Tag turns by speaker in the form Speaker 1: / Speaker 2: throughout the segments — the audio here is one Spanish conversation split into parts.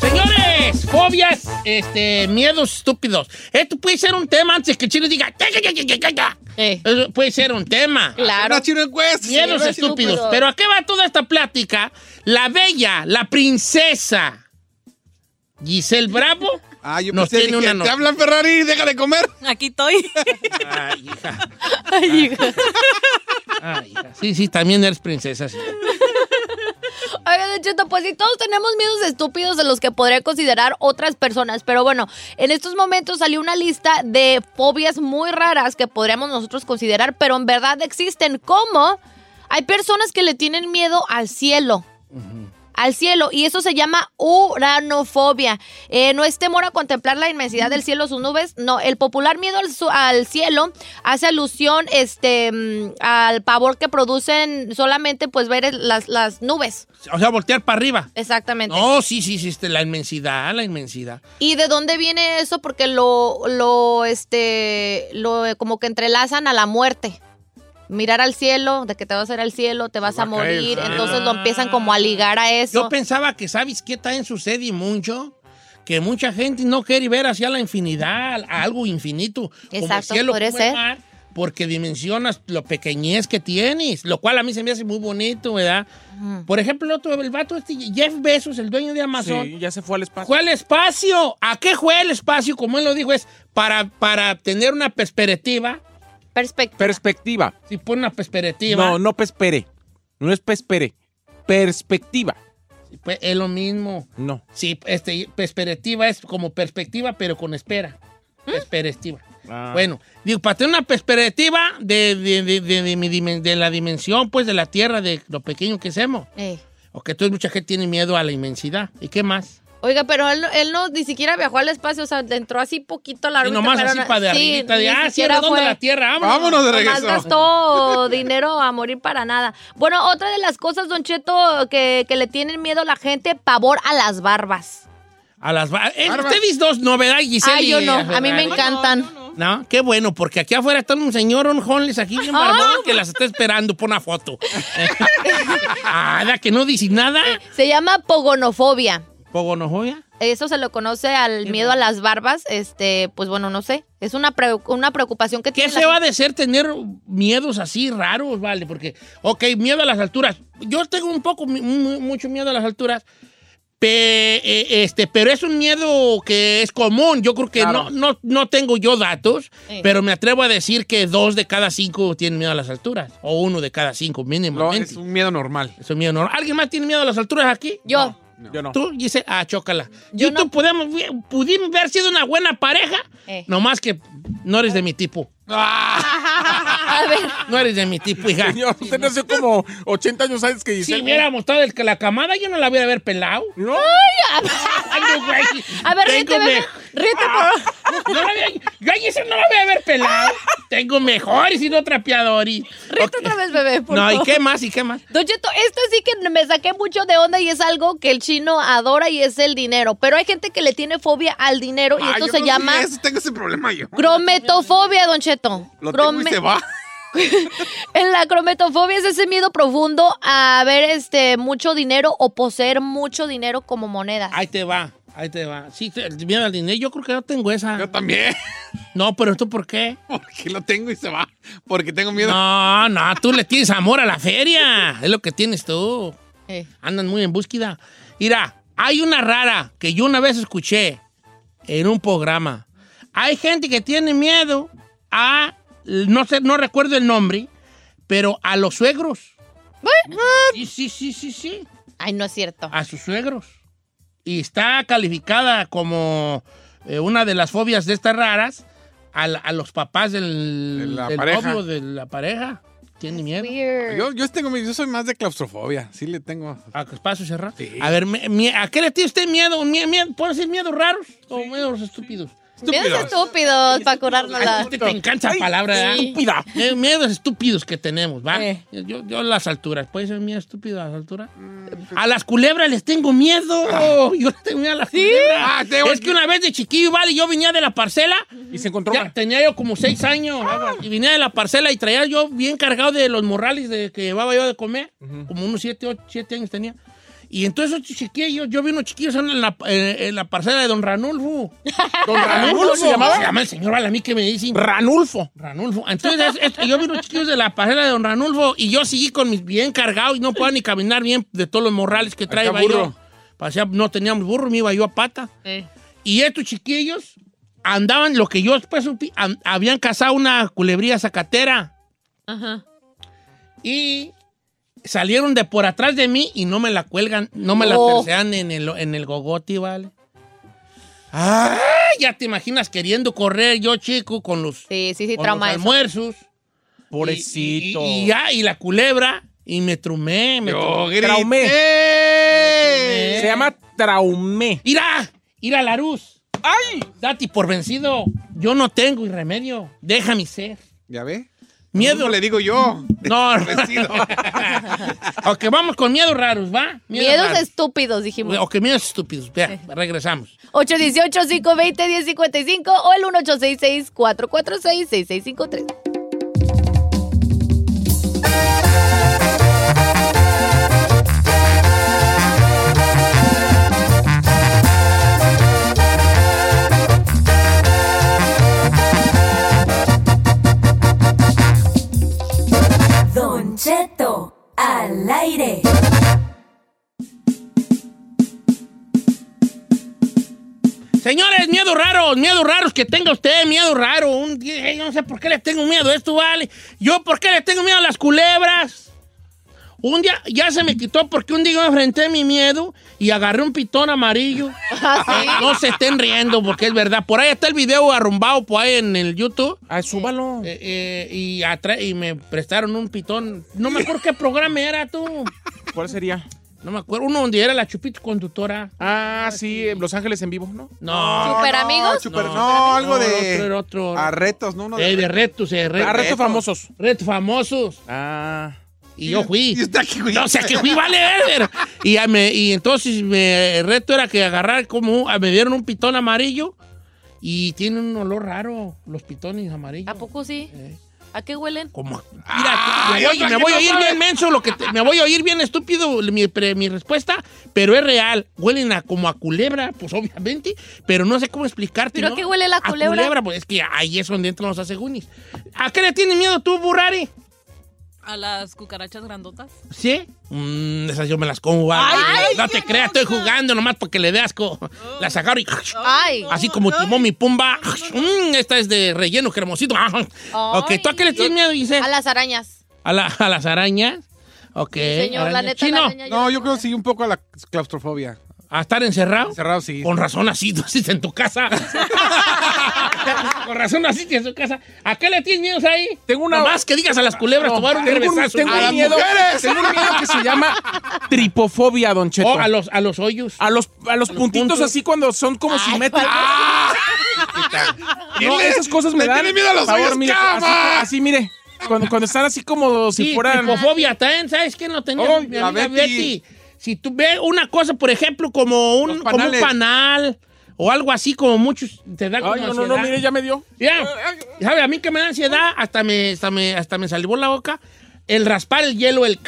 Speaker 1: Señores, fobias, este, miedos estúpidos. Esto puede ser un tema antes que Chile diga. "Ya, ya, ya, ya, ya, ya".
Speaker 2: Eh.
Speaker 1: Eso puede ser un tema.
Speaker 2: Claro.
Speaker 3: Una chino encuesta.
Speaker 1: Miedos estúpidos.
Speaker 2: estúpido.
Speaker 1: Pero ¿a qué va toda esta plática? La bella, la princesa Giselle Bravo
Speaker 3: Ah, yo
Speaker 1: nos
Speaker 3: pensé
Speaker 1: tiene
Speaker 3: que
Speaker 1: una
Speaker 3: te
Speaker 1: noticia.
Speaker 3: hablan Ferrari, deja de comer.
Speaker 2: Aquí estoy.
Speaker 1: Ay, hija.
Speaker 2: Ay, hija.
Speaker 1: Ay, hija. Sí, sí, también eres princesa. sí.
Speaker 2: Oiga, Don Cheto, pues sí, todos tenemos miedos estúpidos de los que podría considerar otras personas. Pero bueno, en estos momentos salió una lista de fobias muy raras que podríamos nosotros considerar, pero en verdad existen. Como hay personas que le tienen miedo al cielo. Al cielo, y eso se llama uranofobia. Eh, no es temor a contemplar la inmensidad del cielo, sus nubes. No, el popular miedo al, su- al cielo hace alusión este, mm, al pavor que producen solamente pues ver el- las, las nubes.
Speaker 1: O sea, voltear para arriba.
Speaker 2: Exactamente.
Speaker 1: No, sí, sí, sí, este, la inmensidad, la inmensidad.
Speaker 2: ¿Y de dónde viene eso? Porque lo, lo, este, lo eh, como que entrelazan a la muerte. Mirar al cielo, de que te vas a ir al cielo, te vas
Speaker 3: va
Speaker 2: a
Speaker 3: a caer el
Speaker 2: morir.
Speaker 3: cielo.
Speaker 2: Entonces lo empiezan como a ligar a eso.
Speaker 1: Yo pensaba que, ¿sabes qué también sucede y mucho? Que mucha gente no quiere ver hacia la infinidad, a algo infinito. como el
Speaker 2: Exacto,
Speaker 1: cielo,
Speaker 2: podría
Speaker 1: como el
Speaker 2: ser.
Speaker 1: mar, porque dimensionas lo pequeñez que tienes, lo cual a mí se me hace muy bonito, ¿verdad? Por ejemplo, el otro, el vato este, Jeff Bezos, el dueño de Amazon,
Speaker 3: Sí, ya se fue al espacio.
Speaker 1: ¿Fue al espacio? ¿A qué juega el espacio? Como él lo dijo, es para, para tener una perspectiva.
Speaker 2: Perspectiva.
Speaker 3: Perspectiva.
Speaker 1: Si pone una perspectiva,
Speaker 3: No, no pespere. No es pespere. Perspectiva.
Speaker 1: pues, es lo mismo.
Speaker 3: No.
Speaker 1: Sí, este, perspectiva es como perspectiva, pero con espera.
Speaker 2: ¿Mm?
Speaker 1: Perspectiva.
Speaker 3: Ah.
Speaker 1: Bueno, digo, para tener una perspectiva de, de- de- de- de mi dimen- de la dimensión, pues, de la Tierra, de lo pequeño que somos.
Speaker 2: Eh.
Speaker 1: O que entonces mucha gente tiene miedo a la inmensidad. ¿Y qué más?
Speaker 2: Oiga, pero él, no- él no ni siquiera viajó al espacio, o sea, le entró así poquito a la
Speaker 1: Y
Speaker 2: órbita.
Speaker 1: nomás
Speaker 2: pero
Speaker 1: así
Speaker 2: no-
Speaker 1: para de
Speaker 2: sí,
Speaker 1: arribita,
Speaker 2: ni
Speaker 1: de, ah, sí,
Speaker 2: siquiera
Speaker 1: redonda
Speaker 2: fue.
Speaker 1: la Tierra, vámonos.
Speaker 3: Vámonos de
Speaker 2: Nomás
Speaker 3: regreso.
Speaker 2: gastó dinero a morir para nada. Bueno, otra de las cosas, Don Cheto, que, que le tienen miedo a la gente, pavor a las barbas.
Speaker 1: A las ba- eh,
Speaker 3: Barbas.
Speaker 1: Ustedes dos, novedad, Giselle.
Speaker 2: Ay,
Speaker 1: y
Speaker 2: Ah, yo no. A mí
Speaker 1: Ferrari.
Speaker 2: me encantan.
Speaker 1: No, qué bueno, porque aquí afuera está un señor, un homeless aquí
Speaker 2: Ah.
Speaker 1: bien barbón que las está esperando por una foto. ah, da que no dice nada.
Speaker 2: Se llama pogonofobia.
Speaker 1: Pogonojoya.
Speaker 2: Eso se lo conoce al
Speaker 1: Qué
Speaker 2: miedo a
Speaker 1: raro.
Speaker 2: las barbas. Este, pues bueno, no sé. Es una, preu- una preocupación que
Speaker 1: ¿Qué
Speaker 2: tiene.
Speaker 1: se va a decir tener miedos así raros, vale? Porque, ok, miedo a las alturas. Yo tengo un poco, mi- mu- mucho miedo a las alturas. Pe- eh, este, pero es un miedo que es común. Yo creo que no,
Speaker 3: Claro.
Speaker 1: no, no tengo yo datos,
Speaker 2: Sí.
Speaker 1: pero me atrevo a decir que dos de cada cinco tienen miedo a las alturas. O uno de cada cinco,
Speaker 3: No,
Speaker 1: mínimamente.
Speaker 3: es un miedo normal.
Speaker 1: Eso es miedo normal. ¿Alguien más tiene miedo a las alturas aquí?
Speaker 2: Yo.
Speaker 3: Yo no.
Speaker 1: Tú dices, ah, chócala. Yo
Speaker 2: Yo
Speaker 1: tú
Speaker 2: no.
Speaker 1: podemos, pudimos haber sido una buena pareja,
Speaker 2: Eh.
Speaker 1: nomás que no eres de mi tipo.
Speaker 2: A ver.
Speaker 1: No eres de mi tipo, hija.
Speaker 3: Señor, usted nació como 80 años antes que Giselle.
Speaker 1: Si hubiéramos estado el, la camada, yo no la hubiera haber pelado.
Speaker 3: No.
Speaker 1: Ay, no, güey.
Speaker 2: A ver, ríete,
Speaker 1: Tengo
Speaker 2: bebé.
Speaker 1: me- Ah.
Speaker 2: Ríete, por-
Speaker 1: No la había- yo a Giselle no la voy a haber pelado. Tengo mejores y no trapeadores.
Speaker 2: ríete otra vez, bebé. por
Speaker 1: No, ¿y
Speaker 2: favor.
Speaker 1: qué más? ¿Y qué más?
Speaker 2: Don Cheto, esto sí que me saqué mucho de onda y es algo que el chino adora y es el dinero. Pero hay gente que le tiene fobia al dinero y
Speaker 3: Ah, yo
Speaker 2: esto se
Speaker 3: no sé,
Speaker 2: llama
Speaker 3: eso, tengo ese problema yo.
Speaker 2: crometofobia, Don Cheto.
Speaker 3: Lo tengo y
Speaker 2: Crome-
Speaker 3: se va.
Speaker 2: En la crometofobia es ese miedo profundo a ver este mucho dinero o poseer mucho dinero como monedas.
Speaker 1: Ahí te va. Ahí te va. Sí, te- el miedo al dinero. Yo creo que no tengo esa.
Speaker 4: Yo también.
Speaker 1: No, pero ¿tú por qué?
Speaker 4: Porque lo tengo y se va. Porque tengo miedo.
Speaker 1: No, no, tú le tienes amor a la feria. Es lo que tienes tú.
Speaker 2: Eh.
Speaker 1: Andan muy en búsqueda. Mira, hay una rara que yo una vez escuché en un programa. Hay gente que tiene miedo a, no sé, no recuerdo el nombre, pero a los suegros. Sí, sí, sí, sí, sí.
Speaker 2: Ay, no es cierto.
Speaker 1: A sus suegros. Y está calificada como eh, una de las fobias de estas raras a, la- a los papás del,
Speaker 4: De la
Speaker 1: del
Speaker 4: pareja.
Speaker 1: novio, de la pareja. Tiene miedo.
Speaker 2: Weird.
Speaker 4: Yo, yo tengo miedo. Yo soy más de claustrofobia. Sí le tengo.
Speaker 1: ¿A espacio cerrado?
Speaker 4: Sí.
Speaker 1: A ver, me- me- ¿a qué le tiene usted miedo? ¿Mie- miedo? ¿Puede ser miedos raros o miedos estúpidos?
Speaker 2: Miedos estúpidos para curarnos
Speaker 1: Ay,
Speaker 2: la...
Speaker 1: te, te encanta la palabra, ¿verdad?
Speaker 2: sí.
Speaker 1: Estúpida. Eh, Miedos estúpidos que tenemos, ¿va?
Speaker 2: Eh.
Speaker 1: Yo, yo a las alturas. ¿Puede ser miedo estúpido a las alturas? A las culebras les tengo miedo. Yo les tengo miedo a las culebras.
Speaker 4: Ah, tengo-
Speaker 1: es que una vez de chiquillo, vale, yo venía de la parcela.
Speaker 3: Y se encontró
Speaker 1: Ya
Speaker 3: una.
Speaker 1: tenía yo como seis años. Y venía de la parcela y traía yo bien cargado de los morrales de que llevaba yo de comer. Como unos siete, ocho, siete años tenía. Y entonces esos chiquillos, yo vi unos chiquillos en la, eh, en la parcela de don Ranulfo.
Speaker 3: ¿Don Ranulfo se
Speaker 1: ¿Cómo Se
Speaker 3: llamaba?
Speaker 1: llama el señor Balamí que me dice.
Speaker 3: Ranulfo.
Speaker 1: Ranulfo. Entonces, es- es- yo vi unos chiquillos de la parcela de don Ranulfo y yo seguí con mis bien cargados y no podía ni caminar bien de todos los morrales que traía yo.
Speaker 4: burro.
Speaker 1: Pasea- no teníamos burro, me iba yo a pata.
Speaker 2: Eh.
Speaker 1: Y estos chiquillos andaban, lo que yo después supe, an- habían cazado una culebría zacatera
Speaker 2: Ajá.
Speaker 1: y salieron de por atrás de mí y no me la cuelgan, no me
Speaker 2: No.
Speaker 1: la tercean en el, en el gogoti, ¿vale? ¡Ah! Ya te imaginas queriendo correr yo, chico, con los,
Speaker 2: Sí, sí,
Speaker 1: con
Speaker 2: sí,
Speaker 1: los
Speaker 2: trauma eso.
Speaker 1: almuerzos.
Speaker 3: Pobrecito.
Speaker 1: Y, y- y ya, y la culebra, y me trumé, me trumé.
Speaker 4: Yo grité.
Speaker 3: Traumé.
Speaker 1: Eh.
Speaker 3: Se llama Traumé.
Speaker 1: ¡Ira! ¡Ira la luz!
Speaker 3: ¡Ay!
Speaker 1: Dati por vencido. Yo no tengo remedio. Déjame ser.
Speaker 4: ¿Ya ve?
Speaker 1: Miedo.
Speaker 4: No le digo yo.
Speaker 1: No, no.
Speaker 4: Vestido.
Speaker 1: ok, vamos con miedos raros, ¿va?
Speaker 2: Miedos
Speaker 1: raros.
Speaker 2: estúpidos, dijimos.
Speaker 1: Ok, miedos estúpidos. Vea, regresamos.
Speaker 2: 818-520-1055 o el 1866-446-6653.
Speaker 5: Don Cheto, al aire.
Speaker 1: Señores, miedos raros, miedos raros que tenga usted, miedo raro. Un, eh, yo no sé por qué les tengo miedo a esto, vale. Yo, ¿por qué les tengo miedo a las culebras? Un día ya se me quitó porque un día yo enfrenté mi miedo y agarré un pitón amarillo.
Speaker 2: Ah,
Speaker 3: Ah,
Speaker 1: No se estén riendo porque es verdad. Por ahí está el video arrumbado por ahí en el YouTube.
Speaker 3: Ay, súbalo.
Speaker 1: Eh, eh, y, atra- y me prestaron un pitón. No me acuerdo qué programa era tú.
Speaker 3: ¿Cuál sería?
Speaker 1: No me acuerdo. Uno donde era la Chupito conductora.
Speaker 3: Ah, sí, en Los Ángeles en vivo, ¿no?
Speaker 1: No.
Speaker 2: Super amigos.
Speaker 4: chuper- no,
Speaker 1: No, no,
Speaker 4: algo
Speaker 1: otro,
Speaker 4: de.
Speaker 1: era otro.
Speaker 4: A retos, ¿no? Uno
Speaker 1: Eh, de retos, eh, retos.
Speaker 3: A retos famosos.
Speaker 1: Retos famosos.
Speaker 3: Ah.
Speaker 1: Y yo fui.
Speaker 4: Y está aquí, güey.
Speaker 1: No, o sea, que fui, vale, ver. Y, ya me- y entonces me- el reto era que agarrar como, un- me dieron un pitón amarillo y tiene un olor raro los pitones amarillos.
Speaker 2: ¿A poco sí?
Speaker 1: Eh.
Speaker 2: ¿A qué huelen?
Speaker 1: Como, mira,
Speaker 4: Ah,
Speaker 1: me voy,
Speaker 4: otra
Speaker 1: me
Speaker 4: que
Speaker 1: voy a
Speaker 4: no
Speaker 1: oír
Speaker 4: sabe.
Speaker 1: bien menso, lo que te- me voy a oír bien estúpido mi, pre- mi respuesta, pero es real. Huelen a, como a culebra, pues obviamente, pero no sé cómo explicarte.
Speaker 2: ¿Pero
Speaker 1: ¿no?
Speaker 2: a qué huele la
Speaker 1: A
Speaker 2: culebra?
Speaker 1: pues es que ahí es donde entran los asegunis. ¿A qué le tienes miedo tú, Burrari?
Speaker 6: A las cucarachas grandotas.
Speaker 1: ¿Sí? Mm, esas yo me las como, va. no te creas, estoy jugando nomás porque le dé asco.
Speaker 2: Oh.
Speaker 1: Las agarro y...
Speaker 2: Ay.
Speaker 1: Así como Timón y Pumba. Mm, esta es de relleno, cremosito. Ok, ¿tú a qué le tienes miedo, Giselle?
Speaker 2: A las arañas.
Speaker 1: ¿A, la- a las arañas? Ok.
Speaker 2: Señor, la
Speaker 1: araña.
Speaker 2: neta,
Speaker 1: Chino,
Speaker 2: la araña
Speaker 4: No, yo creo que sí, un poco a la claustrofobia.
Speaker 1: ¿a estar encerrado?
Speaker 4: Cerrado sí.
Speaker 1: Con razón así, tú haces en tu casa. Con razón así que en su casa. ¿A qué le tienes miedo ahí?
Speaker 3: Tengo una-
Speaker 1: Nomás que digas a las culebras,
Speaker 3: No,
Speaker 1: tomar un
Speaker 3: tengo un,
Speaker 1: revesazo.
Speaker 3: tengo
Speaker 1: a
Speaker 3: un
Speaker 1: las
Speaker 3: miedo,
Speaker 1: mujeres.
Speaker 3: tengo un miedo que se llama tripofobia, Don Cheto.
Speaker 1: O a los, a los hoyos.
Speaker 3: A los, a los puntitos
Speaker 1: puntos.
Speaker 3: así cuando son como simétricos. No, esas cosas me
Speaker 4: Le
Speaker 3: dan.
Speaker 4: tiene miedo a los
Speaker 3: pavor,
Speaker 4: hoyos,
Speaker 3: mire, así,
Speaker 4: cama.
Speaker 3: así, mire. Cuando, cuando están así como si
Speaker 1: sí,
Speaker 3: fueran.
Speaker 1: tripofobia también, ¿sabes quién lo tenía?
Speaker 4: Oh,
Speaker 1: Mi
Speaker 4: la
Speaker 1: amiga
Speaker 4: Betty.
Speaker 1: Betty. Si tú ves una cosa, por ejemplo, como un,
Speaker 4: Los
Speaker 1: como un
Speaker 4: panales.
Speaker 1: panal o algo así, como muchos, te da como
Speaker 3: Ay, no, no, no,
Speaker 1: ansiedad.
Speaker 3: mire, ya me dio.
Speaker 1: Ya, ¿sabe? A mí que me da ansiedad, hasta me, hasta me, hasta me salivó la boca. El raspar el hielo, el...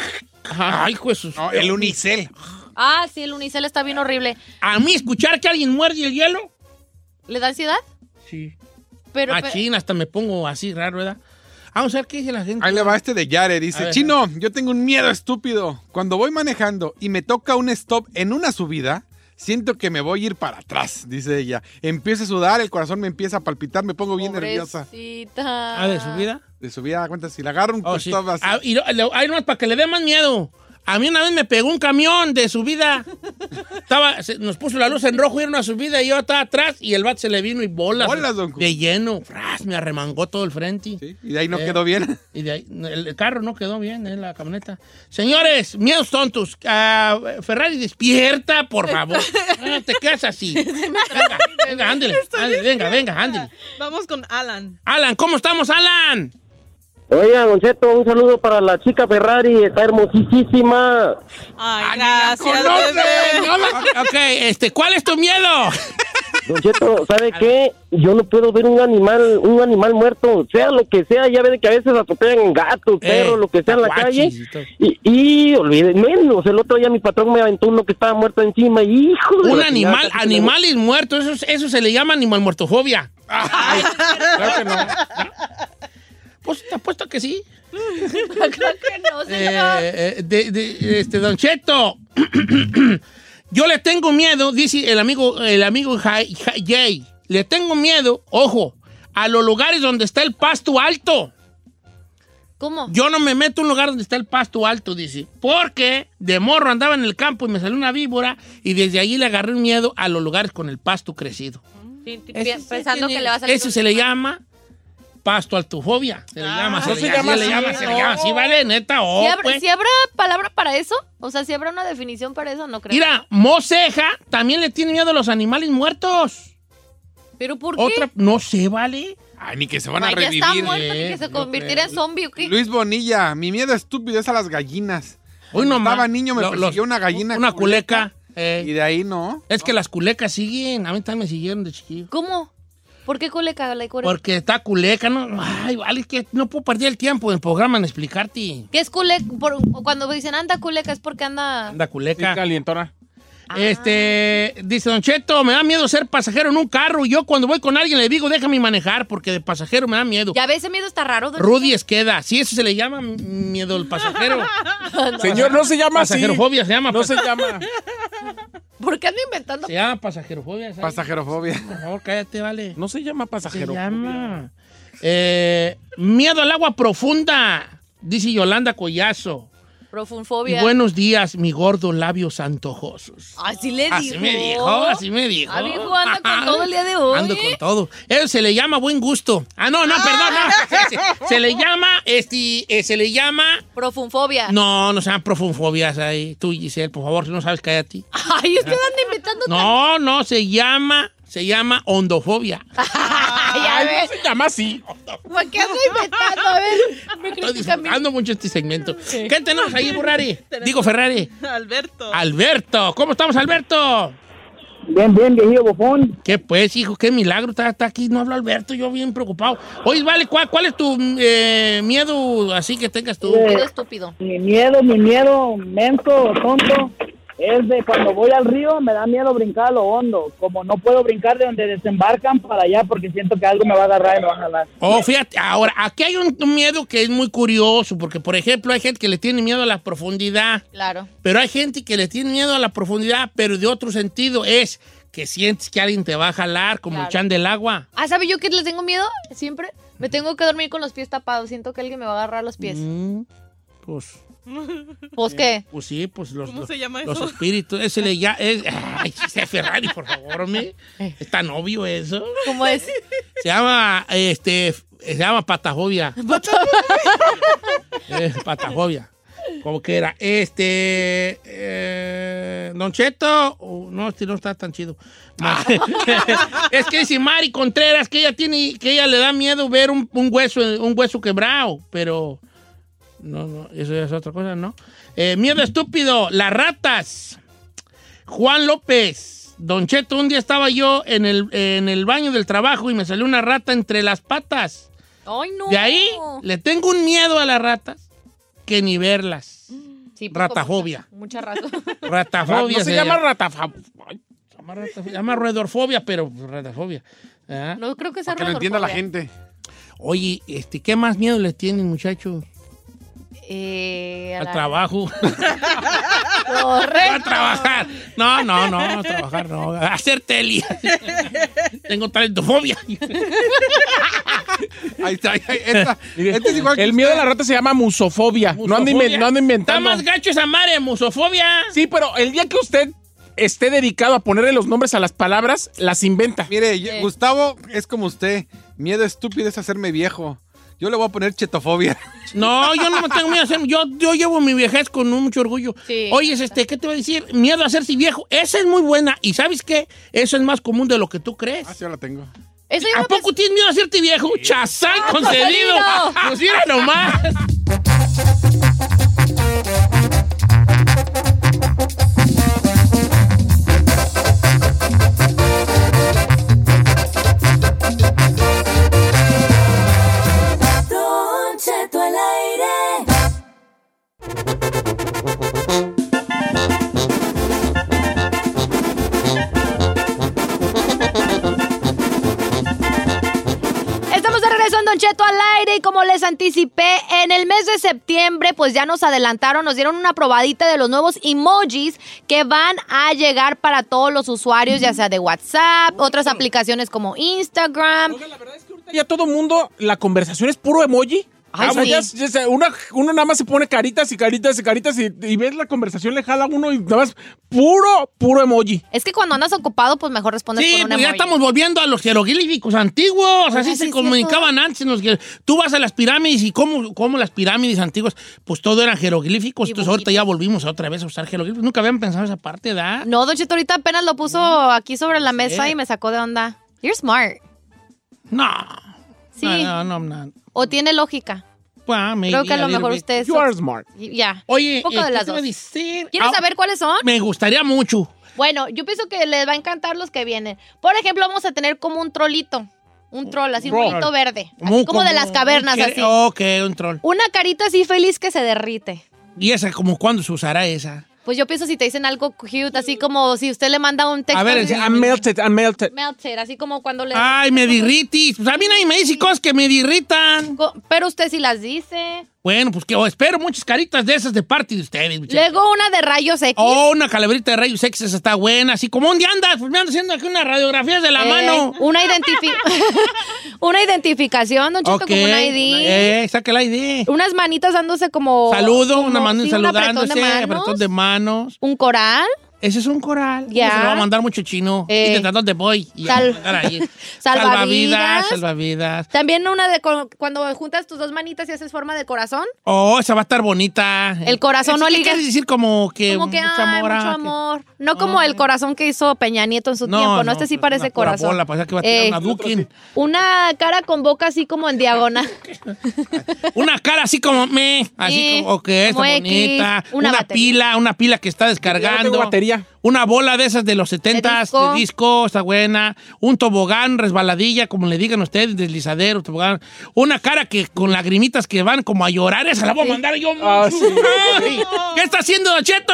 Speaker 1: Ay, hijo de sus-
Speaker 4: No, el unicel.
Speaker 2: Ah, sí, el unicel está bien horrible.
Speaker 1: A mí escuchar que alguien muerde el hielo.
Speaker 2: ¿Le da ansiedad?
Speaker 1: Sí. Ah,
Speaker 2: Pero,
Speaker 1: a
Speaker 2: pe-
Speaker 1: China hasta me pongo así raro, ¿verdad? Vamos a ver qué dice la gente.
Speaker 4: Ahí le va este de Yare.
Speaker 1: A
Speaker 4: Dice,
Speaker 1: ver.
Speaker 4: chino, yo tengo un miedo estúpido. Cuando voy manejando y me toca un stop en una subida, siento que me voy a ir para atrás, dice ella. Empiezo a sudar, el corazón me empieza a palpitar, me pongo bien nerviosa.
Speaker 2: Pobrecita.
Speaker 1: Ah, de su vida.
Speaker 4: De subida, cuenta, si la agarro un
Speaker 1: Oh, sí.
Speaker 4: stop Pues así.
Speaker 1: Ah, y lo- lo- ay, nomás para que le dé más miedo. A mí una vez me pegó un camión de subida. estaba, se- nos puso la luz en rojo y era una subida y yo estaba atrás y el bat se le vino y bolas.
Speaker 4: Bolas, don Cu-
Speaker 1: de lleno. Fras, me arremangó todo el frente.
Speaker 4: Sí, Y de ahí no
Speaker 1: Eh.
Speaker 4: quedó bien.
Speaker 1: Y de ahí, el el carro no quedó bien, eh, la camioneta. Señores, miedos tontos. Ah, Ferrari, despierta, por favor. No te quedas así. Venga, venga, ándele, ándele, venga, venga, ándele.
Speaker 6: Vamos con Alan.
Speaker 1: Alan, ¿cómo estamos, Alan?
Speaker 7: Oiga, Don Cheto, un saludo para la chica Ferrari, está hermosísima.
Speaker 6: Ay,
Speaker 1: Ah, ni la
Speaker 6: gracias,
Speaker 1: conoce,
Speaker 6: bebé.
Speaker 1: no la- Ok, este, ¿cuál es tu miedo?
Speaker 7: Don Cheto, ¿sabe qué? Yo no puedo ver un animal, un animal muerto, sea lo que sea, ya ve que a veces atropellan gatos, perros,
Speaker 1: Eh,
Speaker 7: lo que sea en la
Speaker 1: guachis
Speaker 7: calle.
Speaker 1: y todo.
Speaker 7: Y, y olvide, menos, el otro día mi patrón me aventó uno que estaba muerto encima, y hijo de
Speaker 1: Un
Speaker 7: la
Speaker 1: animal,
Speaker 7: chingada, casi me-
Speaker 1: animales muertos, eso, eso se le llama animal muertofobia.
Speaker 4: Claro que no.
Speaker 1: Pues te apuesto que sí.
Speaker 2: Creo que no, señor.
Speaker 1: Eh, eh, de- de- este, Don Cheto, yo le tengo miedo, dice el amigo, el amigo Jai- Jai- Jay, le tengo miedo, ojo, a los lugares donde está el pasto alto.
Speaker 2: ¿Cómo?
Speaker 1: Yo no me meto a un lugar donde está el pasto alto, dice. Porque de morro andaba en el campo y me salió una víbora y desde allí le agarré un miedo a los lugares con el pasto crecido.
Speaker 2: Sí, pi-
Speaker 6: Ese sí
Speaker 2: Pensando
Speaker 6: tiene-
Speaker 2: que le va a salir.
Speaker 1: Eso
Speaker 2: un-
Speaker 1: se le llama pasto altofobia. Se le
Speaker 6: Ah.
Speaker 1: llama, se
Speaker 6: No
Speaker 1: le
Speaker 6: se
Speaker 1: llama,
Speaker 6: llama
Speaker 1: se le
Speaker 6: así,
Speaker 1: llama, se le
Speaker 6: no.
Speaker 1: llama. Sí, vale, neta, oh,
Speaker 2: ¿Sí habrá,
Speaker 1: pues.
Speaker 2: sí habrá palabra para eso? O sea, si habrá una definición para eso? No creo.
Speaker 1: Mira, Moceja también le tiene miedo a los animales muertos.
Speaker 2: ¿Pero por qué?
Speaker 1: Otra, no sé, vale.
Speaker 4: Ay, ni que se van a
Speaker 2: Ay, ya está
Speaker 4: revivir.
Speaker 2: muerto ni que
Speaker 1: Eh,
Speaker 2: se
Speaker 1: no
Speaker 2: convirtiera en zombie. ¿o qué?
Speaker 4: Luis Bonilla, mi miedo estúpido es a las gallinas.
Speaker 1: Hoy no
Speaker 4: Estaba
Speaker 1: más.
Speaker 4: niño, me
Speaker 1: Lo-
Speaker 4: persiguió
Speaker 1: los-
Speaker 4: una gallina
Speaker 1: Una culeca.
Speaker 4: Y
Speaker 1: eh.
Speaker 4: de ahí no.
Speaker 1: es que las culecas siguen. A mí también me siguieron de chiquillo.
Speaker 2: ¿Cómo? ¿Por qué coleca la culeca?
Speaker 1: Porque está culeca, ¿no? Ay, vale, es que no puedo perder el tiempo en el programa en explicarte.
Speaker 2: ¿Qué es culeca? Por- o cuando dicen anda culeca es porque anda...
Speaker 1: Anda,
Speaker 3: Y
Speaker 1: culeca.
Speaker 3: calientona.
Speaker 2: Ah.
Speaker 1: Este, dice Don Cheto, me da miedo ser pasajero en un carro. Yo cuando voy con alguien le digo, déjame manejar, porque de pasajero me da miedo.
Speaker 2: Ya ve, ese miedo está raro. don
Speaker 1: Rudy Esqueda, sí, eso se le llama miedo al pasajero.
Speaker 3: Señor, no se llama así.
Speaker 1: Pasajerofobia se llama.
Speaker 3: No se llama.
Speaker 2: Cheto. ¿Por qué anda inventando?
Speaker 1: Se llama pasajerofobia. ¿sabes?
Speaker 4: Pasajerofobia.
Speaker 1: Por favor, cállate, vale.
Speaker 3: No se llama
Speaker 1: se
Speaker 3: pasajero.
Speaker 1: llama. Eh, miedo al agua profunda, dice Yolanda Collazo. Y
Speaker 2: Profunfobia.
Speaker 1: buenos días, mi gordo labios antojosos.
Speaker 2: Así le dijo.
Speaker 1: Así me dijo, así me dijo.
Speaker 2: Ah, viejo, anda con todo el día de hoy. ¿eh?
Speaker 1: Ando con todo. Eso se le llama buen gusto. Ah, no, no, perdón, no. Se, se- se le llama, este, eh, se le llama...
Speaker 2: Profunfobia.
Speaker 1: No, no sean profunfobias ahí. Tú, Giselle, por favor, si no sabes, cállate.
Speaker 2: Ay, usted anda inventando.
Speaker 1: No, no, se llama, se llama ondofobia.
Speaker 2: Ay, a ver.
Speaker 3: Se llama así.
Speaker 2: ¿Por qué anda inventando? A ver. Me
Speaker 1: Estoy
Speaker 2: critica a mí.
Speaker 1: disfrutando mucho este segmento. ¿Qué tenemos ahí, Ferrari? Digo, Ferrari.
Speaker 6: Alberto.
Speaker 1: Alberto, ¿cómo estamos, Alberto?
Speaker 7: Bien, bien, viejillo bofón.
Speaker 1: ¿Qué pues, hijo? ¿Qué milagro? Está, está aquí, no habla Alberto, yo bien preocupado. Oye, vale, ¿cuál, cuál es tu eh, miedo así que tengas tú?
Speaker 7: Eh,
Speaker 2: Miedo estúpido.
Speaker 7: Mi miedo, mi miedo, mento, tonto, es de cuando voy al río me da miedo brincar a lo hondo. Como no puedo brincar de donde desembarcan para allá porque siento que algo me va a agarrar y me va a jalar.
Speaker 1: Oh, fíjate, ahora, aquí hay un miedo que es muy curioso, porque, por ejemplo, hay gente que le tiene miedo a la profundidad,
Speaker 2: Claro.
Speaker 1: pero hay gente que le tiene miedo a la profundidad, pero de otro sentido, es que sientes que alguien te va a jalar, como
Speaker 2: Claro.
Speaker 1: el chan del agua.
Speaker 2: Ah, ¿sabe yo que le tengo miedo? Siempre. Me tengo que dormir con los pies tapados. Siento que alguien me va a agarrar los pies.
Speaker 1: Mm, pues,
Speaker 2: ¿Pues qué?
Speaker 1: pues sí, pues los...
Speaker 6: ¿Cómo
Speaker 1: los-
Speaker 6: se llama
Speaker 1: Los
Speaker 6: eso?
Speaker 1: espíritus, ese le ya es, ay, Giselle Ferrari, por favor, hombre. Es tan obvio eso.
Speaker 2: ¿Cómo es?
Speaker 1: Se llama, este, se llama patajovia. Eh, patajovia. Como que era. Este, eh, Don Cheto, oh, no, este no está tan chido. es que dice Mari Contreras que ella tiene, que ella le da miedo ver un, un hueso, un hueso quebrado, pero no, no, eso ya es otra cosa, ¿no? Eh, miedo estúpido, las ratas. Juan López. Don Cheto, un día estaba yo en el, en el baño del trabajo y me salió una rata entre las patas.
Speaker 2: Ay, no.
Speaker 1: De ahí le tengo un miedo a las ratas que ni verlas.
Speaker 2: Sí, pues,
Speaker 1: Ratafobia.
Speaker 2: como- Mucha razón.
Speaker 1: Ratafobia.
Speaker 4: No
Speaker 1: se,
Speaker 4: se
Speaker 1: llama
Speaker 4: llama.
Speaker 1: ratafobia. Se llama, ratafobia. Se llama roedorfobia, pero ratafobia. Ah.
Speaker 2: No creo que sea
Speaker 4: Para que lo entienda la
Speaker 2: rodofobia.
Speaker 4: gente.
Speaker 1: Oye, este, ¿qué más miedo le tienen, muchachos?
Speaker 2: Eh, a
Speaker 1: Al
Speaker 2: la-
Speaker 1: trabajo.
Speaker 2: Correcto.
Speaker 1: a trabajar. No, no, no, a trabajar, no. A hacer tele. Tengo talentofobia.
Speaker 4: Ahí está, ahí- ahí está.
Speaker 3: Mire,
Speaker 4: Este es igual que
Speaker 3: el
Speaker 4: usted.
Speaker 3: miedo de la rata se llama musofobia. No ando, inven- no ando
Speaker 1: Está
Speaker 3: inventando.
Speaker 1: más gacho esa madre, musofobia.
Speaker 3: Sí, pero el día que usted esté dedicado a ponerle los
Speaker 1: pues
Speaker 3: nombres a las palabras, las inventa.
Speaker 4: Mire, yo- Gustavo es como usted. Miedo estúpido es hacerme viejo. Yo le voy a poner chetofobia.
Speaker 1: No, yo no me tengo miedo a ser. Yo, yo llevo mi vejez con mucho orgullo.
Speaker 2: Sí.
Speaker 1: Oye, este, ¿qué te voy a decir? Miedo a hacerse viejo. Esa es muy buena. ¿Y sabes qué? Eso es más común de lo que tú crees.
Speaker 4: Ah, sí, yo la tengo.
Speaker 2: Eso yo
Speaker 1: ¿A
Speaker 2: no pensé-
Speaker 1: poco tienes miedo a hacerte viejo? ¡Chazán
Speaker 2: Ah,
Speaker 1: concedido!
Speaker 2: concedido!
Speaker 1: ¡Pues mira nomás!
Speaker 5: Don Cheto al aire.
Speaker 2: Estamos de regreso en Don Cheto al aire y como les anticipé, en el mes de septiembre pues ya nos adelantaron, nos dieron una probadita de los nuevos emojis que van a llegar para todos los usuarios, ya sea de WhatsApp, otras aplicaciones como Instagram.
Speaker 3: Oiga, la verdad es que ahorita ya todo mundo, la conversación es puro emoji.
Speaker 2: Ah,
Speaker 3: O sea,
Speaker 2: sí.
Speaker 3: ya- ya sea, una- uno nada más se pone caritas y caritas y caritas y, y ves la conversación, le jala a uno y nada más puro, puro emoji.
Speaker 2: Es que cuando andas ocupado pues mejor respondes
Speaker 1: Sí,
Speaker 2: con un
Speaker 1: pues ya
Speaker 2: emoji.
Speaker 1: estamos volviendo a los jeroglíficos antiguos.
Speaker 2: Oiga,
Speaker 1: Así
Speaker 2: sí
Speaker 1: se
Speaker 2: es
Speaker 1: comunicaban antes. en los que- tú vas a las pirámides y cómo, cómo las pirámides antiguas, pues todo eran jeroglíficos. Entonces ahorita ya volvimos otra vez a usar jeroglíficos. Nunca habían pensado esa parte, ¿verdad?
Speaker 2: No, Don Cheto ahorita apenas lo puso aquí sobre la mesa y me sacó de onda. You're smart.
Speaker 1: No.
Speaker 2: Sí.
Speaker 1: No, no, no. no.
Speaker 2: O tiene lógica.
Speaker 1: Bueno, maybe,
Speaker 2: Creo que a lo
Speaker 1: little
Speaker 2: mejor
Speaker 1: bit.
Speaker 2: ustedes...
Speaker 3: You are smart.
Speaker 2: Ya.
Speaker 1: Oye,
Speaker 2: Un poco
Speaker 1: eh,
Speaker 2: de
Speaker 1: ¿qué
Speaker 2: las
Speaker 1: te iba a
Speaker 2: dos.
Speaker 1: decir?
Speaker 2: ¿Quieres
Speaker 1: Ah,
Speaker 2: saber cuáles son?
Speaker 1: Me gustaría mucho.
Speaker 2: Bueno, yo pienso que les va a encantar los que vienen. Por ejemplo, vamos a tener como un trolito. Un troll, así un
Speaker 1: Troll.
Speaker 2: trolito verde. así
Speaker 1: Muy-
Speaker 2: como de las cavernas,
Speaker 1: un
Speaker 2: así.
Speaker 1: que- Ok, un troll.
Speaker 2: Una carita así feliz que se derrite.
Speaker 1: ¿Y esa, como cuándo se usará esa?
Speaker 2: Pues yo pienso si te dicen algo cute, así como si usted le manda un texto.
Speaker 3: A ver,
Speaker 2: así,
Speaker 3: dice, I'm melted, I'm melted.
Speaker 2: melted, así como cuando le...
Speaker 1: Ay, me dirritis. Pues a mí nadie me dice cosas que me dirritan.
Speaker 2: Co- Pero usted sí las dice.
Speaker 1: Bueno, pues que oh, espero muchas caritas de esas de parte de ustedes. muchachos.
Speaker 2: Luego una de rayos X.
Speaker 1: Oh, una calaverita de rayos X, esa está buena. Así como, ¿dónde andas? Pues me ando haciendo aquí unas radiografías de la
Speaker 2: Eh,
Speaker 1: mano.
Speaker 2: Una, identifi- una identificación, don Cheto,
Speaker 1: Ok,
Speaker 2: como una ID.
Speaker 1: una- Eh, saca la ID.
Speaker 2: Unas manitas dándose como...
Speaker 1: Saludo,
Speaker 2: Oh, como-
Speaker 1: una mano
Speaker 2: sí, un apretón
Speaker 1: saludándose,
Speaker 2: de manos.
Speaker 1: apretón de manos.
Speaker 2: un coral.
Speaker 1: Ese es un coral.
Speaker 2: Ya.
Speaker 1: Se lo va a mandar mucho chino.
Speaker 2: Eh.
Speaker 1: Intentando te voy. Y ya,
Speaker 2: Sal-
Speaker 1: mandar ahí.
Speaker 2: Salvavidas.
Speaker 1: Salvavidas.
Speaker 2: También una de cu- cuando juntas tus dos manitas y haces forma de corazón.
Speaker 1: Oh, esa va a estar bonita.
Speaker 2: El corazón
Speaker 1: ¿Eso
Speaker 2: no
Speaker 1: qué
Speaker 2: liga.
Speaker 1: quieres decir como que
Speaker 2: como que
Speaker 1: mucho
Speaker 2: ay,
Speaker 1: amor?
Speaker 2: mucho
Speaker 1: ah, que-
Speaker 2: amor. No como el corazón que hizo Peña Nieto en su tiempo. No, este sí
Speaker 1: es
Speaker 2: parece
Speaker 1: una pura
Speaker 2: corazón.
Speaker 1: bola, parece que va a tirar
Speaker 2: Eh,
Speaker 1: una Dukin.
Speaker 2: una cara con boca así como en diagonal.
Speaker 1: Una cara así como me, así
Speaker 2: Sí,
Speaker 1: como que está
Speaker 2: como X,
Speaker 1: bonita. Una,
Speaker 2: una batería.
Speaker 1: pila, una pila que
Speaker 3: Ya
Speaker 1: está
Speaker 3: no
Speaker 1: descargando.
Speaker 3: tengo batería.
Speaker 1: Una bola de esas de los 70 de disco.
Speaker 2: disco.
Speaker 1: está buena. Un tobogán, resbaladilla, como le digan ustedes, deslizadero, tobogán. Una cara que con lagrimitas que van como a llorar, esa la voy a mandar yo.
Speaker 3: Ah, sí.
Speaker 1: Ay, ¿Qué está haciendo, Don Cheto?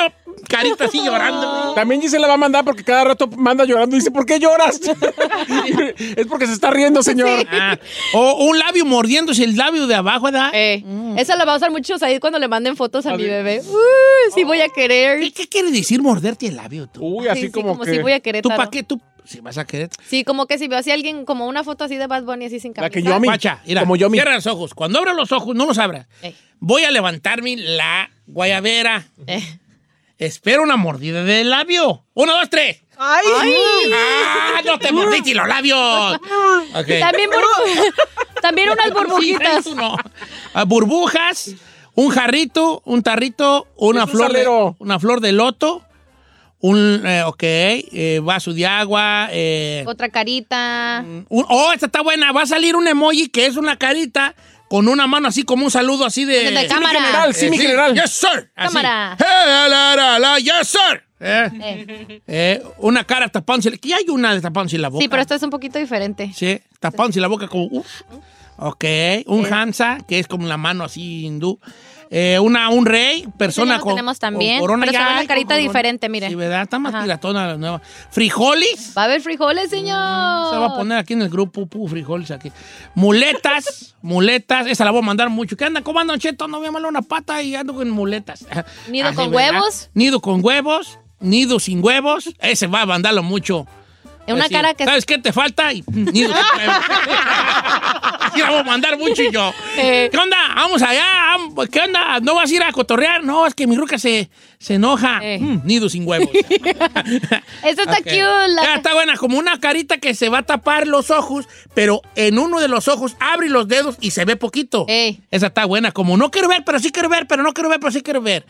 Speaker 1: Carita así llorando.
Speaker 3: También Gisela va a mandar porque cada rato manda llorando y dice, ¿por qué lloras? es porque se está riendo, señor.
Speaker 1: Ah, o un labio mordiéndose el labio de abajo, ¿verdad?
Speaker 2: Eh,
Speaker 1: Mm.
Speaker 2: Esa la va a usar muchos ahí cuando le manden fotos a, mi bebé. Uy, sí voy a
Speaker 1: ¿Qué,
Speaker 2: querer.
Speaker 1: qué quiere decir morderte el labio tú?
Speaker 3: Uy, así
Speaker 2: Sí, sí,
Speaker 3: como, que...
Speaker 2: si voy a
Speaker 1: ¿Tú
Speaker 2: Querétaro.
Speaker 1: para qué? ¿Tú si vas a querer?
Speaker 2: Sí, como que si veo así alguien como una foto así de Bad Bunny así sin camisa.
Speaker 3: La que yo a mí-
Speaker 1: Guacha, mira,
Speaker 3: Como yo, mi-
Speaker 1: cierra los ojos. Cuando abra los ojos, no los abras.
Speaker 2: Ey.
Speaker 1: Voy a levantarme la guayabera.
Speaker 2: Eh.
Speaker 1: Espero una mordida de labio. Uno, dos, tres.
Speaker 6: ¡Ay!
Speaker 1: ¡Ah! ¡No te mordiste los labios! Ok.
Speaker 2: También, burbu- también unas burbujitas.
Speaker 1: Sí, eso no. Ah, burbujas, un jarrito, un tarrito, una,
Speaker 3: Es un
Speaker 1: flor, de,
Speaker 3: salero.
Speaker 1: una flor de loto, un, eh, ok, eh, vaso de agua, eh,
Speaker 2: Otra carita.
Speaker 1: Un- oh, esta está buena. Va a salir un emoji que es una carita con una mano así como un saludo así de...
Speaker 2: De- de
Speaker 3: Sí,
Speaker 2: cámara.
Speaker 3: mi general, sí,
Speaker 1: Eh,
Speaker 3: mi general.
Speaker 1: Yes, sir. Así.
Speaker 2: Cámara.
Speaker 1: Hey, la, la, la, yes, sir. Eh,
Speaker 2: Eh,
Speaker 1: eh, una cara tapándose. Aquí hay una de tapándose la boca.
Speaker 2: Sí, pero esta es un poquito diferente.
Speaker 1: Sí, tapándose la boca como... uf. Ok, un Hansa, que es como la mano así hindú. Eh, una, un rey, persona
Speaker 2: lo
Speaker 1: con.
Speaker 2: tenemos
Speaker 1: con
Speaker 2: también,
Speaker 1: corona
Speaker 2: pero se
Speaker 1: ya
Speaker 2: ve una
Speaker 1: hay, con
Speaker 2: carita
Speaker 1: corona.
Speaker 2: diferente, mire.
Speaker 1: Sí, ¿verdad? Está más
Speaker 2: Ajá.
Speaker 1: piratona la nueva. Frijoles. Mm,
Speaker 2: Va a haber frijoles, señor.
Speaker 1: Se va a poner aquí en el grupo, pu, frijoles aquí. Muletas, muletas, esa la voy a mandar mucho. ¿Qué andan? ¿Cómo andan, Cheto? No me mala una pata y ando con muletas.
Speaker 2: Nido con
Speaker 1: ¿verdad?
Speaker 2: huevos.
Speaker 1: Nido con huevos, nido sin huevos. Ese va a mandarlo mucho.
Speaker 2: Es una
Speaker 1: Así,
Speaker 2: cara que.
Speaker 1: ¿Sabes qué te falta? Y, mm, nido sin huevos. Así la voy a mandar mucho y yo.
Speaker 2: Eh.
Speaker 1: ¿Qué onda? Vamos allá. am- ¿Qué onda? ¿No vas a ir a cotorrear? No, es que mi ruca se, se enoja.
Speaker 2: Eh.
Speaker 1: Mm, nido sin huevos.
Speaker 2: Esta está
Speaker 1: Ok.
Speaker 2: cute. la-
Speaker 1: Ya está buena, como una carita que se va a tapar los ojos, pero en uno de los ojos abre los dedos y se ve poquito.
Speaker 2: Ey.
Speaker 1: Esa está buena, como no quiero ver, pero sí quiero ver, pero no quiero ver, pero sí quiero ver.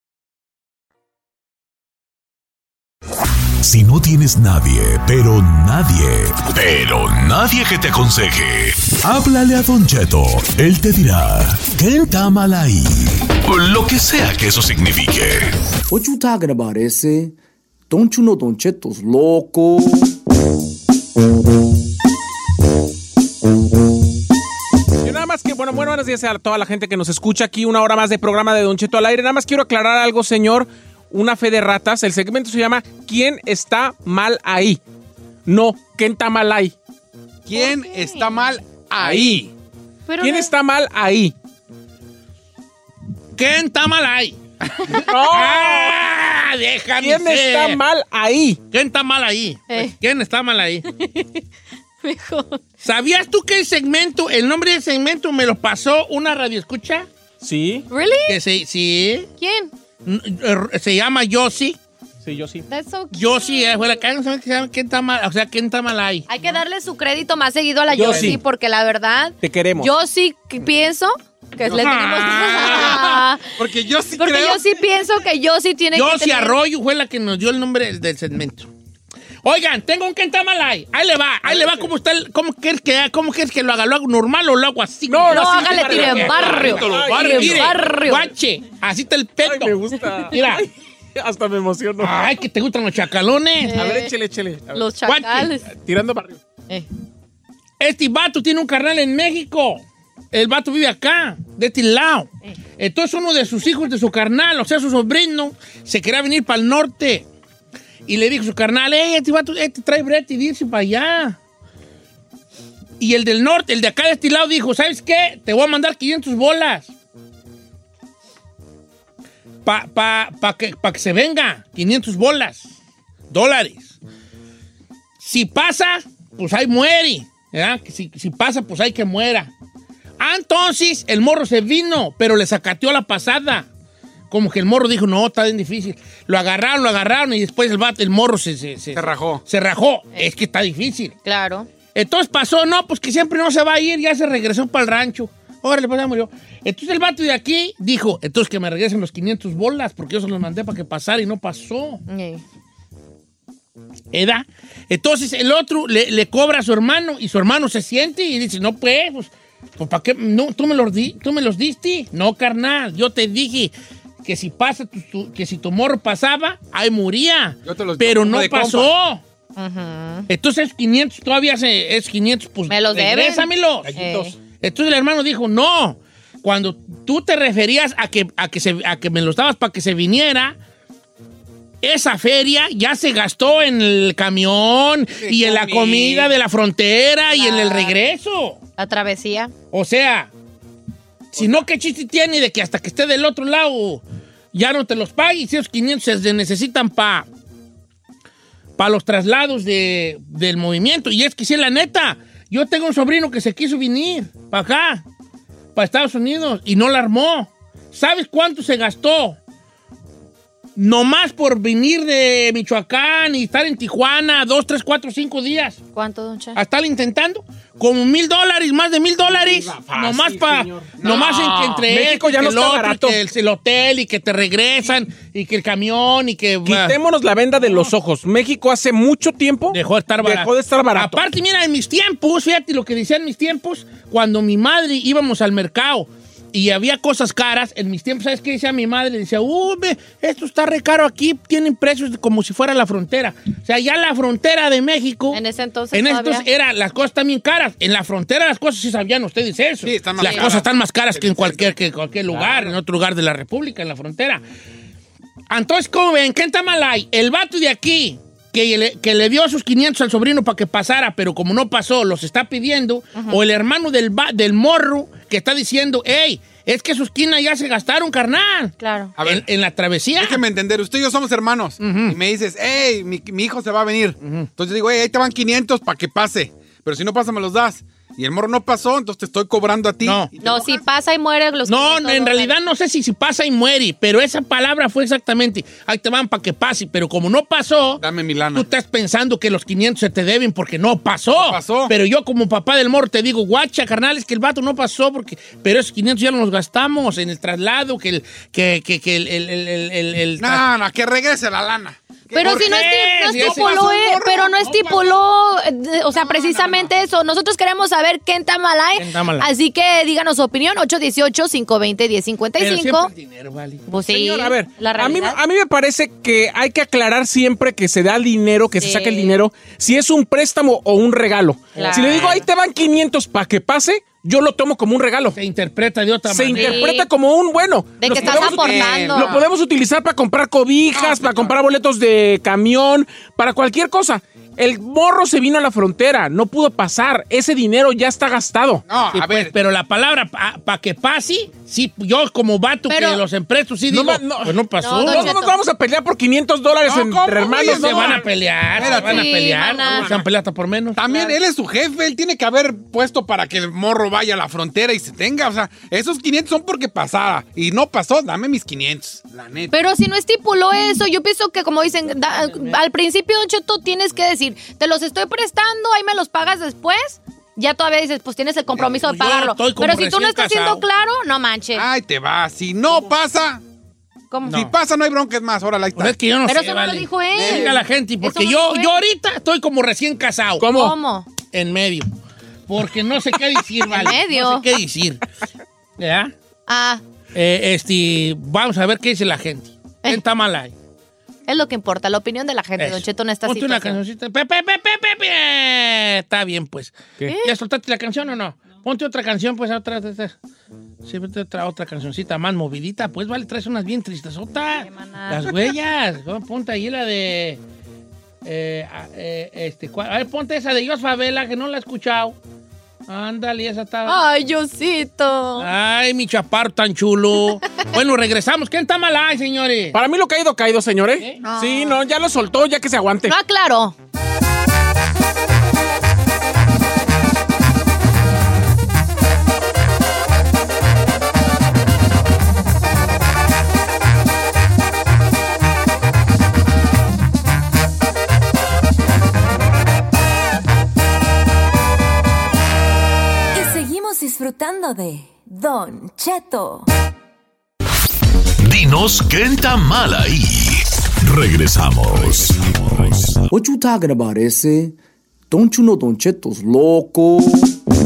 Speaker 8: Si no tienes nadie, pero nadie, pero nadie que te aconseje, háblale a Don Cheto. Él te dirá, ¿qué está mal ahí? Lo que sea que eso signifique.
Speaker 9: What you talking about, ese? Don't you know Don Cheto's loco?
Speaker 3: Yo nada más que, bueno, bueno, buenos días a toda la gente que nos escucha aquí, una hora más de programa de Don Cheto al aire. Nada más quiero aclarar algo, señor. Una fe de ratas. El segmento se llama ¿Quién está mal ahí? No, ¿quién está mal ahí?
Speaker 4: ¿Quién está mal ahí?
Speaker 2: Pero
Speaker 3: ¿Quién
Speaker 2: no-
Speaker 3: está mal ahí?
Speaker 1: ¿Quién está mal ahí? ¡Ah! Déjame
Speaker 3: ¿Quién
Speaker 1: ser.
Speaker 3: está mal ahí?
Speaker 1: ¿Quién está mal ahí? Pues,
Speaker 2: Eh.
Speaker 1: ¿Quién está mal ahí?
Speaker 2: Mijo.
Speaker 1: ¿Sabías tú que el segmento, el nombre del segmento me lo pasó una radioescucha?
Speaker 3: Sí,
Speaker 2: ¿Really?
Speaker 1: Que se, sí,
Speaker 2: ¿Quién?
Speaker 1: n- eh, se llama Yossi.
Speaker 3: sí, yo sí.
Speaker 2: That's so cute.
Speaker 1: Yossi, eh, fue la que se llama ¿Quién está mal? O sea, ¿quién está mal ahí?
Speaker 2: Hay que darle su crédito más seguido a la
Speaker 3: Yo
Speaker 2: Yossi,
Speaker 3: sí.
Speaker 2: porque la verdad,
Speaker 3: Te queremos.
Speaker 2: yo sí que pienso que le tenemos
Speaker 4: Porque yo sí
Speaker 2: ah, Porque
Speaker 4: creo.
Speaker 2: yo sí pienso que yo sí tiene que
Speaker 1: Yossi
Speaker 2: tener-
Speaker 1: Arroyo fue la que nos dio el nombre del segmento. Oigan, tengo un ¿Quién está mal ahí? Ahí le va, ahí le va. ¿Cómo está? el- ¿Cómo quieres que, cómo quieres que lo haga? ¿Lo hago normal o lo hago así?
Speaker 3: No, Ahora
Speaker 2: No,
Speaker 3: sí,
Speaker 2: hágale
Speaker 3: sí,
Speaker 2: tire
Speaker 3: barrio.
Speaker 2: en barrio.
Speaker 3: Ay,
Speaker 2: Tire en
Speaker 1: Mire,
Speaker 2: barrio.
Speaker 1: Guache, así está el peto.
Speaker 3: Ay, me gusta.
Speaker 1: Mira.
Speaker 3: Ay, hasta me emociono.
Speaker 1: Ay, que te gustan los chacalones.
Speaker 3: A ver, échele, échele. A ver.
Speaker 2: Eh, Los chacales.
Speaker 3: Tirando barrio.
Speaker 2: Eh.
Speaker 1: Este vato tiene un carnal en México. El vato vive acá, de este lado.
Speaker 2: Eh.
Speaker 1: Entonces uno de sus hijos, de su carnal, o sea, su sobrino, se quería venir para el norte. Y le dijo a su carnal, hey, este vato, este trae brete y irse para allá. Y el del norte, el de acá de este lado, dijo, ¿sabes qué? Te voy a mandar 500 bolas. Para que, pa' que se venga, 500 bolas, dólares. Si pasa, pues ahí muere. ¿verdad? Que Si, si pasa, pues hay que muera. Ah, entonces el morro se vino, pero le sacateó la pasada. Como que el morro dijo, no, está bien difícil. Lo agarraron, lo agarraron y después el, vato- el morro se, se, se-
Speaker 4: Se rajó.
Speaker 1: se rajó. Es que está difícil.
Speaker 2: Claro.
Speaker 1: Entonces pasó, no, pues que siempre no se va a ir, ya se regresó para el rancho. Órale, pues ya murió. Entonces el vato de aquí dijo, entonces que me regresen los 500 bolas, porque yo se los mandé para que pasara y no pasó.
Speaker 2: Eh.
Speaker 1: ¿Edad? Entonces el otro le, le cobra a su hermano y su hermano se siente y dice, no pues, pues, ¿para qué? No, ¿tú, me los di- ¿Tú me los diste? No, carnal, yo te dije que si pasa, tu- tu- que si tu morro pasaba, ahí moría.
Speaker 4: Yo te los-
Speaker 1: pero no
Speaker 4: de compa.
Speaker 1: pasó. Entonces esos 500 todavía se, es 500, pues
Speaker 2: Me los deben.
Speaker 1: regrésamelos.
Speaker 2: Gallitos.
Speaker 1: Entonces el hermano dijo, no, cuando tú te referías a que, a que, se, a que me los dabas para que se viniera, esa feria ya se gastó en el camión y en la comida de la frontera y en el
Speaker 2: Claro.
Speaker 1: regreso.
Speaker 2: La travesía.
Speaker 1: O sea, si no, ¿qué chiste tiene de que hasta que esté del otro lado ya no te los pague? Si esos 500 se necesitan para pa los traslados de- del movimiento. Y es que sí, la neta, yo tengo un sobrino que se quiso venir para acá, para Estados Unidos, y no la armó. ¿Sabes cuánto se gastó? Nomás por venir de Michoacán y estar en Tijuana dos, tres, cuatro, cinco días
Speaker 2: ¿Cuánto, don Che?
Speaker 1: a estar intentando como mil dólares, más de mil dólares,
Speaker 3: fácil,
Speaker 1: nomás para,
Speaker 3: señor.
Speaker 1: nomás en que entre
Speaker 3: México
Speaker 1: este,
Speaker 3: ya no
Speaker 1: que el
Speaker 3: está
Speaker 1: otro, y
Speaker 3: barato.
Speaker 1: que el, el hotel y que te regresan y que el camión y que bah,
Speaker 3: Quitémonos la venda de los ojos. México hace mucho tiempo
Speaker 1: dejó de estar barato.
Speaker 3: dejó de estar barato.
Speaker 1: Aparte, mira, en mis tiempos, fíjate lo que decía en mis tiempos, cuando mi madre íbamos al mercado y había cosas caras, en mis tiempos, ¿sabes qué decía mi madre? Decía, uh, ve, esto está re caro aquí, tienen precios como si fuera la frontera. O sea, ya la frontera de México.
Speaker 2: En ese entonces.
Speaker 1: En estos
Speaker 2: todavía.
Speaker 1: era, las cosas también caras. En la frontera las cosas sí sabían ustedes eso.
Speaker 4: Sí, están más
Speaker 1: las
Speaker 4: caras.
Speaker 1: cosas están más caras que en cualquier, que en cualquier lugar, en otro lugar de la República, en la frontera. Entonces, ¿cómo ven? ¿Qué está mal ahí? El vato de aquí, que le, que le dio sus 500 al sobrino para que pasara, pero como no pasó, los está pidiendo. O el hermano del, va- del morro, que está diciendo, hey, Es que sus quinas ya se gastaron, carnal.
Speaker 2: Claro.
Speaker 4: A ver. En,
Speaker 1: la travesía.
Speaker 4: Déjeme entender, usted y yo somos hermanos. Y me dices, hey, mi, mi hijo se va a venir. Entonces digo, hey, ahí te van 500 para que pase. Pero si no pasa, me los das. Y el morro no pasó, entonces te estoy cobrando a ti. No.
Speaker 2: No, si pasa y muere los
Speaker 1: No, no, en realidad no sé si, si pasa y muere, pero esa palabra fue exactamente, ahí te van para que pase, pero como no pasó,
Speaker 4: Dame mi lana.
Speaker 1: tú estás pensando que los 500 se te deben porque no pasó. Pero yo como papá del morro te digo, guacha, carnal, es que el vato no pasó, porque pero esos 500 ya no los gastamos en el traslado, que el... Que, que, que el, el, el, el, el- el-
Speaker 4: No, no, que regrese la lana.
Speaker 2: Pero si no,
Speaker 1: ¿Por qué?
Speaker 2: esti- no
Speaker 1: Si ya se
Speaker 2: estipuló,
Speaker 1: pasó,
Speaker 2: eh,
Speaker 1: morro,
Speaker 2: pero no estipuló, eh, de- o sea, precisamente eso. Nosotros queremos saber quién tamalay.
Speaker 1: ¿Quién tamalay?
Speaker 2: Así que díganos su opinión, 818-520-1055.
Speaker 1: Pero siempre el dinero, vale.
Speaker 2: Pues sí,
Speaker 3: Señor, a ver,
Speaker 2: la
Speaker 3: a mí,
Speaker 2: realidad.
Speaker 3: a mí me parece que hay que aclarar siempre que se da dinero, que se
Speaker 2: Sí.
Speaker 3: saca el dinero, si es un préstamo o un regalo.
Speaker 2: Claro.
Speaker 3: Si le digo, ahí te van 500 para que pase, yo lo tomo como un regalo. Se
Speaker 1: interpreta de otra
Speaker 3: Se
Speaker 1: manera.
Speaker 3: interpreta
Speaker 1: Sí.
Speaker 3: como un, bueno.
Speaker 2: De
Speaker 3: los
Speaker 2: que estás
Speaker 3: podemos util-
Speaker 2: aportando.
Speaker 3: Lo podemos utilizar para comprar cobijas, para comprar boletos de camión, para cualquier cosa. El morro se vino a la frontera, no pudo pasar. Ese dinero ya está gastado.
Speaker 1: Sí, pues, pero la palabra para que pase, sí, yo como vato que los emprestos sí digo, pues no pasó.
Speaker 3: No, no nos vamos a pelear por 500 dólares
Speaker 1: No, ¿cómo,
Speaker 3: entre hermanos.
Speaker 1: güey? Se
Speaker 3: no.
Speaker 1: van a pelear, se Ah, van a
Speaker 3: Sí,
Speaker 1: pelear,
Speaker 3: van a-
Speaker 1: se han peleado hasta por menos.
Speaker 4: También él es su jefe, él tiene que haber puesto para que el morro vaya a la frontera y se tenga. O sea, esos 500 son porque pasaba y no pasó. Dame mis 500, la neta.
Speaker 2: Pero si no estipuló eso, yo pienso que como dicen, da- al principio, Don Cheto, tienes que decir, te los estoy prestando, ahí me los pagas después. Ya todavía dices, pues tienes el compromiso de
Speaker 4: Yo
Speaker 2: pagarlo.
Speaker 4: estoy como
Speaker 2: Pero si tú no
Speaker 4: recién
Speaker 2: estás
Speaker 4: casado.
Speaker 2: siendo claro, no manches.
Speaker 4: Ahí te va. Si no pasa,
Speaker 2: ¿Cómo?
Speaker 4: si pasa, no hay bronques más. Órale, ahí está.
Speaker 1: Pues es que yo no
Speaker 2: Pero
Speaker 1: sé,
Speaker 2: eso no lo
Speaker 1: vale.
Speaker 2: dijo él.
Speaker 1: Diga la gente, porque
Speaker 2: Eso no
Speaker 1: yo,
Speaker 2: lo dijo
Speaker 1: yo
Speaker 2: él.
Speaker 1: ahorita estoy como recién casado.
Speaker 3: ¿Cómo?
Speaker 2: ¿Cómo?
Speaker 1: En medio. Porque no sé qué decir, vale.
Speaker 2: medio.
Speaker 1: No sé qué decir. ¿Ya?
Speaker 2: Ah,
Speaker 1: Eh, este, vamos a ver qué dice la gente. ¿Quién está mal ahí?
Speaker 2: es lo que importa, la opinión de la gente,
Speaker 1: Eso.
Speaker 2: Don Cheto, en esta
Speaker 1: Ponte una
Speaker 2: situación.
Speaker 1: cancioncita. Pepe, pepe, pepe. Está bien, pues. ¿Ya soltaste la canción o no? Ponte otra canción, pues, otra, otra, otra. Sí, ponte otra, otra cancioncita más movidita. Pues, vale, traes unas bien tristes. Las
Speaker 2: Ah.
Speaker 1: huellas. Ponte ahí la de... eh, a- eh, este, cua- a ver, ponte esa de Dios Favela, que no la he escuchado. Ándale, esa está...
Speaker 2: Ay, Diosito.
Speaker 1: Ay, mi chaparro tan chulo. bueno, regresamos. ¿Quién está mal ahí, señores? ¿Eh?
Speaker 3: Para mí lo caído, caído, señores.
Speaker 1: No.
Speaker 3: Sí, no, ya lo soltó, ya que se aguante.
Speaker 2: No aclaró.
Speaker 5: Y seguimos disfrutando de Don Cheto.
Speaker 8: Dinos qué tan mal ahí. Regresamos.
Speaker 9: What you talking about ese? Don't you know Don Cheto's loco?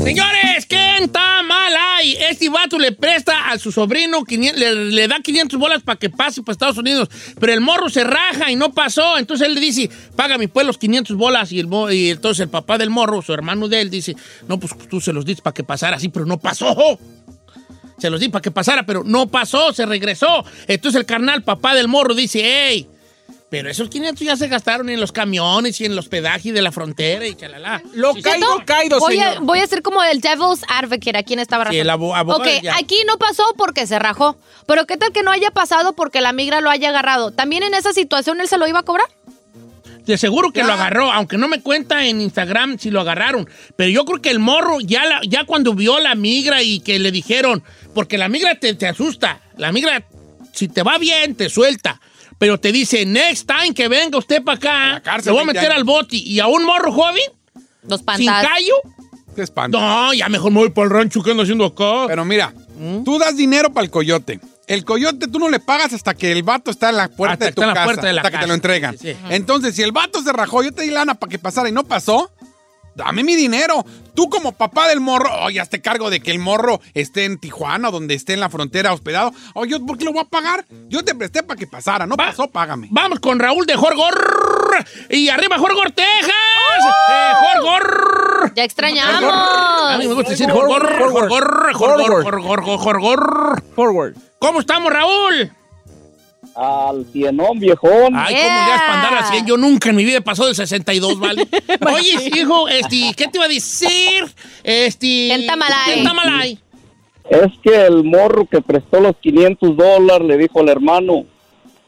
Speaker 1: Señores, ¿quién está mal ahí? Este vato le presta a su sobrino, 500 le, le da 500 bolas para que pase para Estados Unidos, pero el morro se raja y no pasó. Entonces él le dice, págame pues los 500 bolas. Y, el, mo- y entonces el papá del morro, su hermano de él, dice, no, pues tú se los diste para que pasara así, pero no pasó. Se los di para que pasara, pero no pasó, se regresó. Entonces el carnal, papá del morro, dice, hey, pero esos 500 ya se gastaron en los camiones y en el hospedaje de la frontera y chalala.
Speaker 3: Lo caído, caído,
Speaker 2: voy, a,
Speaker 3: señor.
Speaker 2: voy a ser como el devil's advocate aquí en esta barra.
Speaker 1: Sí, el abo- abogado
Speaker 2: Ok,
Speaker 1: del diablo.
Speaker 2: aquí no pasó porque se rajó. Pero ¿qué tal que no haya pasado porque la migra lo haya agarrado? ¿También en esa situación él se lo iba a cobrar?
Speaker 1: De seguro que lo agarró, aunque no me cuenta en Instagram si lo agarraron. Pero yo creo que el morro, ya, la- ya cuando vio la migra y que le dijeron, porque la migra te, te asusta, la migra, si te va bien, te suelta. Pero te dice, next time que venga usted para acá,
Speaker 4: cárcel,
Speaker 1: se voy a
Speaker 4: 20
Speaker 1: meter
Speaker 4: años".
Speaker 1: al boti. Y a un morro joven,
Speaker 2: Los
Speaker 1: sin
Speaker 2: pantas.
Speaker 1: callo,
Speaker 4: Te espanto.
Speaker 1: no, ya mejor me voy para el rancho que ando haciendo acá. ¿Mm?
Speaker 4: Pero mira, tú das dinero para el coyote. El coyote tú no le pagas hasta que el vato está en la puerta
Speaker 1: Hasta
Speaker 4: de
Speaker 1: que
Speaker 4: tu
Speaker 1: está en la
Speaker 4: casa,
Speaker 1: puerta de la
Speaker 4: hasta que
Speaker 1: casa.
Speaker 4: te lo entregan.
Speaker 1: Sí, sí.
Speaker 4: Entonces, si el vato se rajó, yo te di lana para que pasara y no pasó, dame mi dinero. Tú como papá del morro, oye, hazte cargo de que el morro esté en Tijuana, donde esté en la frontera hospedado. Oye, yo, ¿por qué lo voy a pagar? Yo te presté para que pasara, no pasó, págame.
Speaker 1: Vamos con Raúl de Jorgor. Y arriba Jorgor, Texas. Eh, Jorgor.
Speaker 2: Ya
Speaker 1: A mí me
Speaker 2: extrañamos.
Speaker 1: gusta decir Jorgor, Jorgor, Jorgor, Jorgor, Jorgor, Jorgor.
Speaker 3: Forward.
Speaker 1: ¿Cómo estamos, Raúl?
Speaker 7: Al cienón, viejón.
Speaker 1: Ay, ¿cómo le vas a andar al 100? Yo nunca en mi vida pasó del 62, ¿vale? Oye, hijo, este, ¿qué te iba a decir? Este...
Speaker 2: Kentamalai.
Speaker 1: Kentamalai.
Speaker 10: Es que el morro que prestó los 500 dólares le dijo al hermano,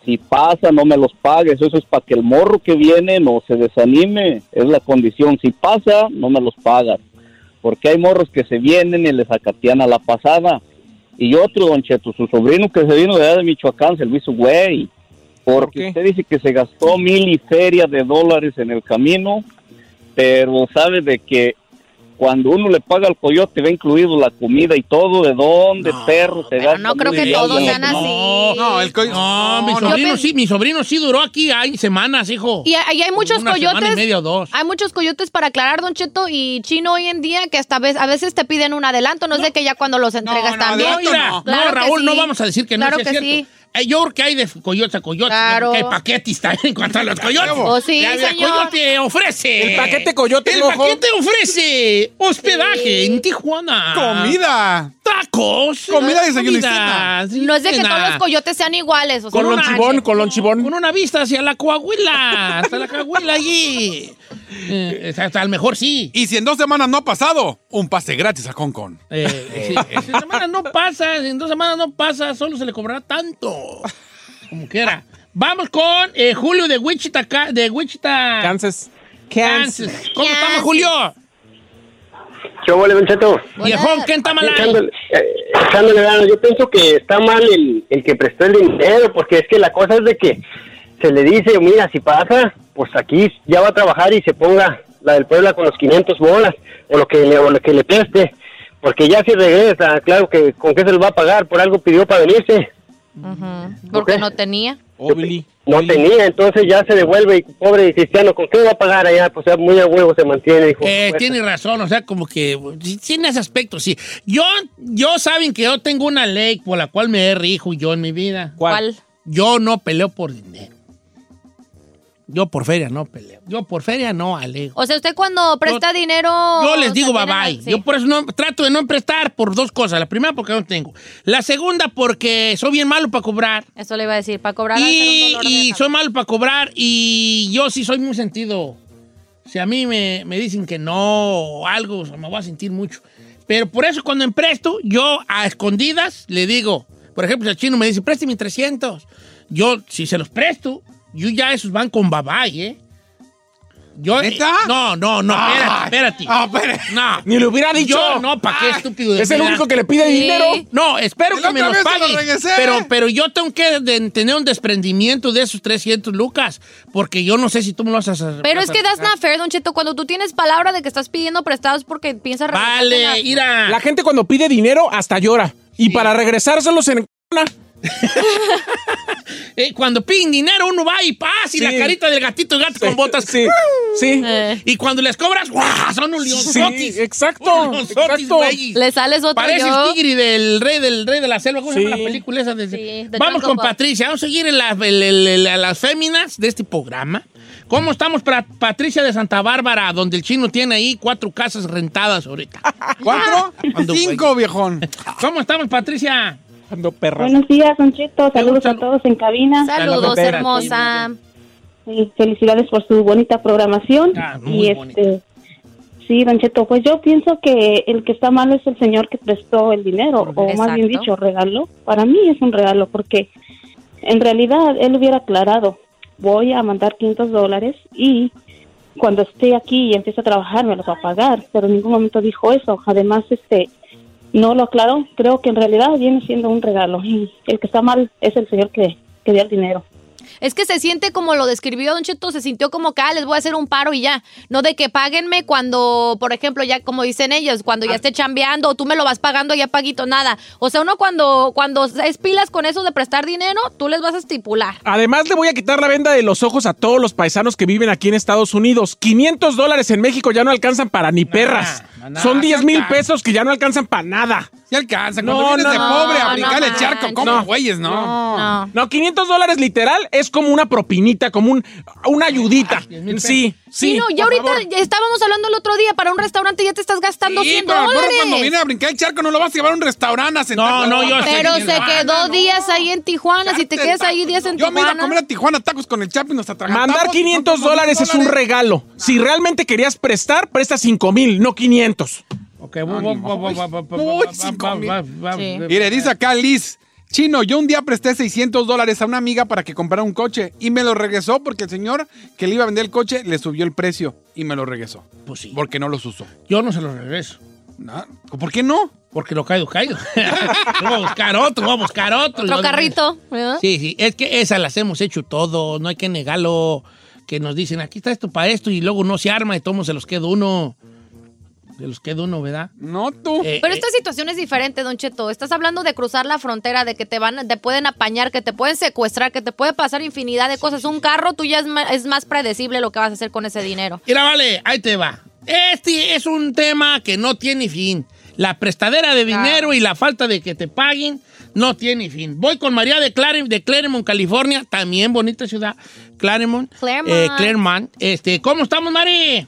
Speaker 10: si pasa no me los pagues, eso es para que el morro que viene no se desanime, es la condición, si pasa no me los pagas, porque hay morros que se vienen y les acatean a la pasada. Y otro, don Cheto, su sobrino que se vino de allá de Michoacán, se lo hizo güey, porque usted dice que se gastó mil y feria de dólares en el camino, pero sabe de que cuando uno le paga al coyote va incluido la comida y todo, de dónde perro se gasta.
Speaker 2: No creo
Speaker 10: mil
Speaker 2: que
Speaker 10: y
Speaker 2: todos
Speaker 10: feria?
Speaker 2: sean así.
Speaker 1: No, el No, mi
Speaker 2: No, yo
Speaker 1: sobrino
Speaker 2: pen-
Speaker 1: sí, mi sobrino sí duró aquí hay semanas, hijo.
Speaker 2: Y ahí hay muchos
Speaker 1: Una semana
Speaker 2: coyotes.
Speaker 1: y media o dos.
Speaker 2: Hay muchos coyotes para aclarar, Don Cheto, y Chino hoy en día que hasta vez, a veces te piden un adelanto, no, sé que ya cuando los entregas también.
Speaker 1: No, mira, no,
Speaker 2: Claro que
Speaker 1: Raúl, no
Speaker 2: sí.
Speaker 1: vamos a decir que no.
Speaker 2: Claro
Speaker 1: sí es
Speaker 2: que
Speaker 1: cierto. Eh, yo creo que hay de coyotes a coyotes.
Speaker 2: Claro.
Speaker 1: Porque hay paquetes también en cuanto a los coyotes.
Speaker 2: Oh, sí,
Speaker 1: la, vida
Speaker 2: señor.
Speaker 1: coyote ofrece.
Speaker 3: El paquete coyote,
Speaker 1: El
Speaker 3: rojo.
Speaker 1: paquete ofrece hospedaje en Tijuana.
Speaker 4: Comida.
Speaker 1: Tacos.
Speaker 4: Comida, desayuno y
Speaker 1: Comida,
Speaker 4: cena.
Speaker 2: No es de que
Speaker 1: cena.
Speaker 2: todos los coyotes pues, sean iguales. O sea, no manches.
Speaker 1: colón chibón. Con una vista hacia la Coahuila, hasta la Coahuila allí. Eh, hasta el mejor sí.
Speaker 4: Y si en dos semanas no ha pasado, un pase gratis a Concon.
Speaker 1: Eh, sí, en semanas no pasa, en dos semanas no pasa, solo se le cobrará tanto. Como quiera. Vamos con eh, Julio de Wichita, Ca- de Wichita. Kansas. Kansas. ¿Cómo estamos, Julio?
Speaker 11: Yo vole, Don Cheto.
Speaker 1: Viejón, ¿qué está mal ahí?
Speaker 11: Echándole, eh, echándole ganas. Yo pienso que está mal el, el que prestó el dinero, porque es que la cosa es de que se le dice, mira, si pasa, pues aquí ya va a trabajar y se ponga la del Puebla con los 500 bolas, o lo que le, o lo que le preste, porque ya si regresa, claro que con qué se lo va a pagar, por algo pidió para venirse.
Speaker 2: Ujú, Porque no tenía.
Speaker 11: No tenía, entonces ya se devuelve y pobre cristiano, ¿con qué va a pagar allá? Pues ya muy a huevo se mantiene, Pues, hijo.
Speaker 1: Eh, tiene razón, o sea, como que sí, tiene ese aspecto, sí. Yo, yo saben que yo tengo una ley por la cual me rijo yo en mi vida.
Speaker 2: ¿Cuál?
Speaker 1: Yo no peleo por dinero. Yo por feria no peleo. Yo por feria no alego.
Speaker 2: O sea, usted cuando presta dinero.
Speaker 1: Yo les
Speaker 2: o sea,
Speaker 1: digo bye
Speaker 2: tiene-
Speaker 1: bye.
Speaker 2: sí.
Speaker 1: Yo por eso no, trato de no prestar por dos cosas. La primera porque no tengo. La segunda porque soy bien malo para cobrar.
Speaker 2: Eso le iba a decir, para cobrar. al ser un
Speaker 1: Y,
Speaker 2: dolor de
Speaker 1: y
Speaker 2: cabeza.
Speaker 1: soy malo para cobrar y yo sí soy muy sentido. Si a mí me, me dicen que no o algo, o sea, me voy a sentir mucho. Pero por eso cuando empresto, yo a escondidas le digo, por ejemplo, si el chino me dice, préstame 300. Yo, si se los presto, yo ya esos van con babay, ¿eh? Yo, eh, No, no, no, espérate, espérate. No.
Speaker 3: Ah, Ni lo hubiera dicho. Ah.
Speaker 1: Yo no, ¿para qué estúpido? de
Speaker 3: Es el
Speaker 1: veras.
Speaker 3: único que le pide dinero.
Speaker 1: No, espero
Speaker 3: Y
Speaker 1: que
Speaker 3: la
Speaker 1: me
Speaker 3: otra
Speaker 1: los
Speaker 3: vez se lo
Speaker 1: pague.
Speaker 3: regresé.
Speaker 1: Pero, pero yo tengo que de- tener un desprendimiento de esos 300 lucas, porque yo no sé si tú me lo vas a hacer. Ah,
Speaker 2: Pero es que das una fair, Don Cheto, cuando tú tienes palabra de que estás pidiendo prestados porque piensas regresarte la-
Speaker 3: La gente cuando pide dinero hasta llora. Y para regresárselos se encona.
Speaker 1: Eh, cuando piden dinero, uno va y pasa y
Speaker 3: Sí.
Speaker 1: la carita del gatito y gato con botas.
Speaker 3: Sí, sí.
Speaker 1: Y cuando les cobras, ¡guau! Son un leonzotis.
Speaker 3: Sí, exacto,
Speaker 1: Unos leonzotis,
Speaker 3: exacto.
Speaker 1: güeyes.
Speaker 2: Le sales otro
Speaker 1: Pareces
Speaker 2: yo.
Speaker 1: tigre del rey, del rey de la selva. ¿Cómo se
Speaker 3: Sí.
Speaker 1: llama la película esa? de-
Speaker 2: de
Speaker 1: Vamos
Speaker 2: Tango
Speaker 1: con
Speaker 2: Pop.
Speaker 1: Patricia. Vamos a seguir en la- el- el- el- a las féminas de este programa. ¿Cómo estamos para Patricia de Santa Bárbara, donde el chino tiene ahí cuatro casas rentadas ahorita? Ah,
Speaker 4: ¿Cuatro? Cinco, viejón.
Speaker 1: ¿Cómo estamos, Patricia?
Speaker 3: Ando perra.
Speaker 12: Buenos días, Don Cheto. Saludos a todos en cabina.
Speaker 2: Saludos, hermosa.
Speaker 12: Sí, felicidades por su bonita programación. y
Speaker 2: muy
Speaker 12: este, sí, Don Cheto, pues yo pienso que el que está mal es el señor que prestó el dinero, o más bien
Speaker 2: Exacto.
Speaker 12: dicho, regaló. Para mí es un regalo, porque en realidad él hubiera aclarado, voy a mandar 500 dólares y cuando esté aquí y empiece a trabajar me los va a pagar, pero en ningún momento dijo eso. Además, este, no lo aclaró. Creo que en realidad viene siendo un regalo y el que está mal es el señor que, que dio el dinero.
Speaker 2: Es que se siente como lo describió Don Cheto, se sintió como que ah, les voy a hacer un paro y ya. No de que páguenme cuando, por ejemplo, ya como dicen ellos, cuando
Speaker 4: Ah.
Speaker 2: ya esté chambeando o tú me lo vas pagando ya paguito, nada. O sea, uno cuando, cuando es pilas con eso de prestar dinero, tú les vas a estipular.
Speaker 3: Además, le voy a quitar la venda de los ojos a todos los paisanos que viven aquí en Estados Unidos. 500 dólares en México ya no alcanzan para ni perras. Son 10 mil pesos que ya no alcanzan para nada.
Speaker 4: Se alcanza. Cuando vienes de pobre, aplicarle charco, como güeyes, no?
Speaker 3: No. No, 500 dólares literal es como una propinita, como un, una ayudita. Sí, sí.
Speaker 2: no, ya ahorita ya estábamos hablando el otro día, para un restaurante ya te estás gastando
Speaker 4: Sí,
Speaker 2: 100
Speaker 4: pero al burro
Speaker 2: dólares.
Speaker 4: cuando viene a brincar el charco no lo vas a llevar a un restaurante a sentar.
Speaker 1: no, yo
Speaker 2: Pero se
Speaker 4: Ah,
Speaker 2: quedó días ahí en Tijuana, si te quedas ahí días en
Speaker 4: Yo me iba
Speaker 2: Tijuana.
Speaker 4: a comer a Tijuana tacos con el Chapi y nos atragantamos.
Speaker 3: Mandar 500 dólares es un regalo. Si realmente querías prestar, presta 5 mil, no 500.
Speaker 1: Ok, va, va, va, va, va, va, va,
Speaker 4: Uy,
Speaker 1: va,
Speaker 4: cinco
Speaker 1: va,
Speaker 4: mil.
Speaker 1: va, va,
Speaker 4: Sí.
Speaker 1: va.
Speaker 4: Mire, dice acá Liz. Chino, yo un día presté 600 dólares a una amiga para que comprara un coche y me lo regresó porque el señor que le iba a vender el coche le subió el precio y me lo regresó.
Speaker 1: Pues sí.
Speaker 4: Porque no los usó.
Speaker 1: Yo no se los regreso.
Speaker 4: ¿Por qué no?
Speaker 1: Porque lo caigo, caigo. Vamos a buscar otro, vamos a buscar otro.
Speaker 2: Otro carrito, ¿verdad?
Speaker 1: Sí, sí, es que esas las hemos hecho todo, no hay que negarlo. Que nos dicen, aquí está esto para esto, y luego no se arma y tomo, se los queda uno. Se los queda uno, ¿verdad? Eh,
Speaker 4: No, tú.
Speaker 2: Pero esta situación es diferente, Don Cheto. Estás hablando de cruzar la frontera, de que te van, te pueden apañar, que te pueden secuestrar, que te puede pasar infinidad de cosas. Un carro, tú ya es ma- es más predecible lo que vas a hacer con ese dinero.
Speaker 1: Mira, vale, ahí te va. Este es un tema que no tiene fin. La prestadera de dinero y la falta de que te paguen no tiene fin. Voy con María de, Clarem- de Claremont, California, también bonita ciudad, Claremont.
Speaker 2: Claremont.
Speaker 1: Eh, Claremont. Este, ¿Cómo estamos, Mari?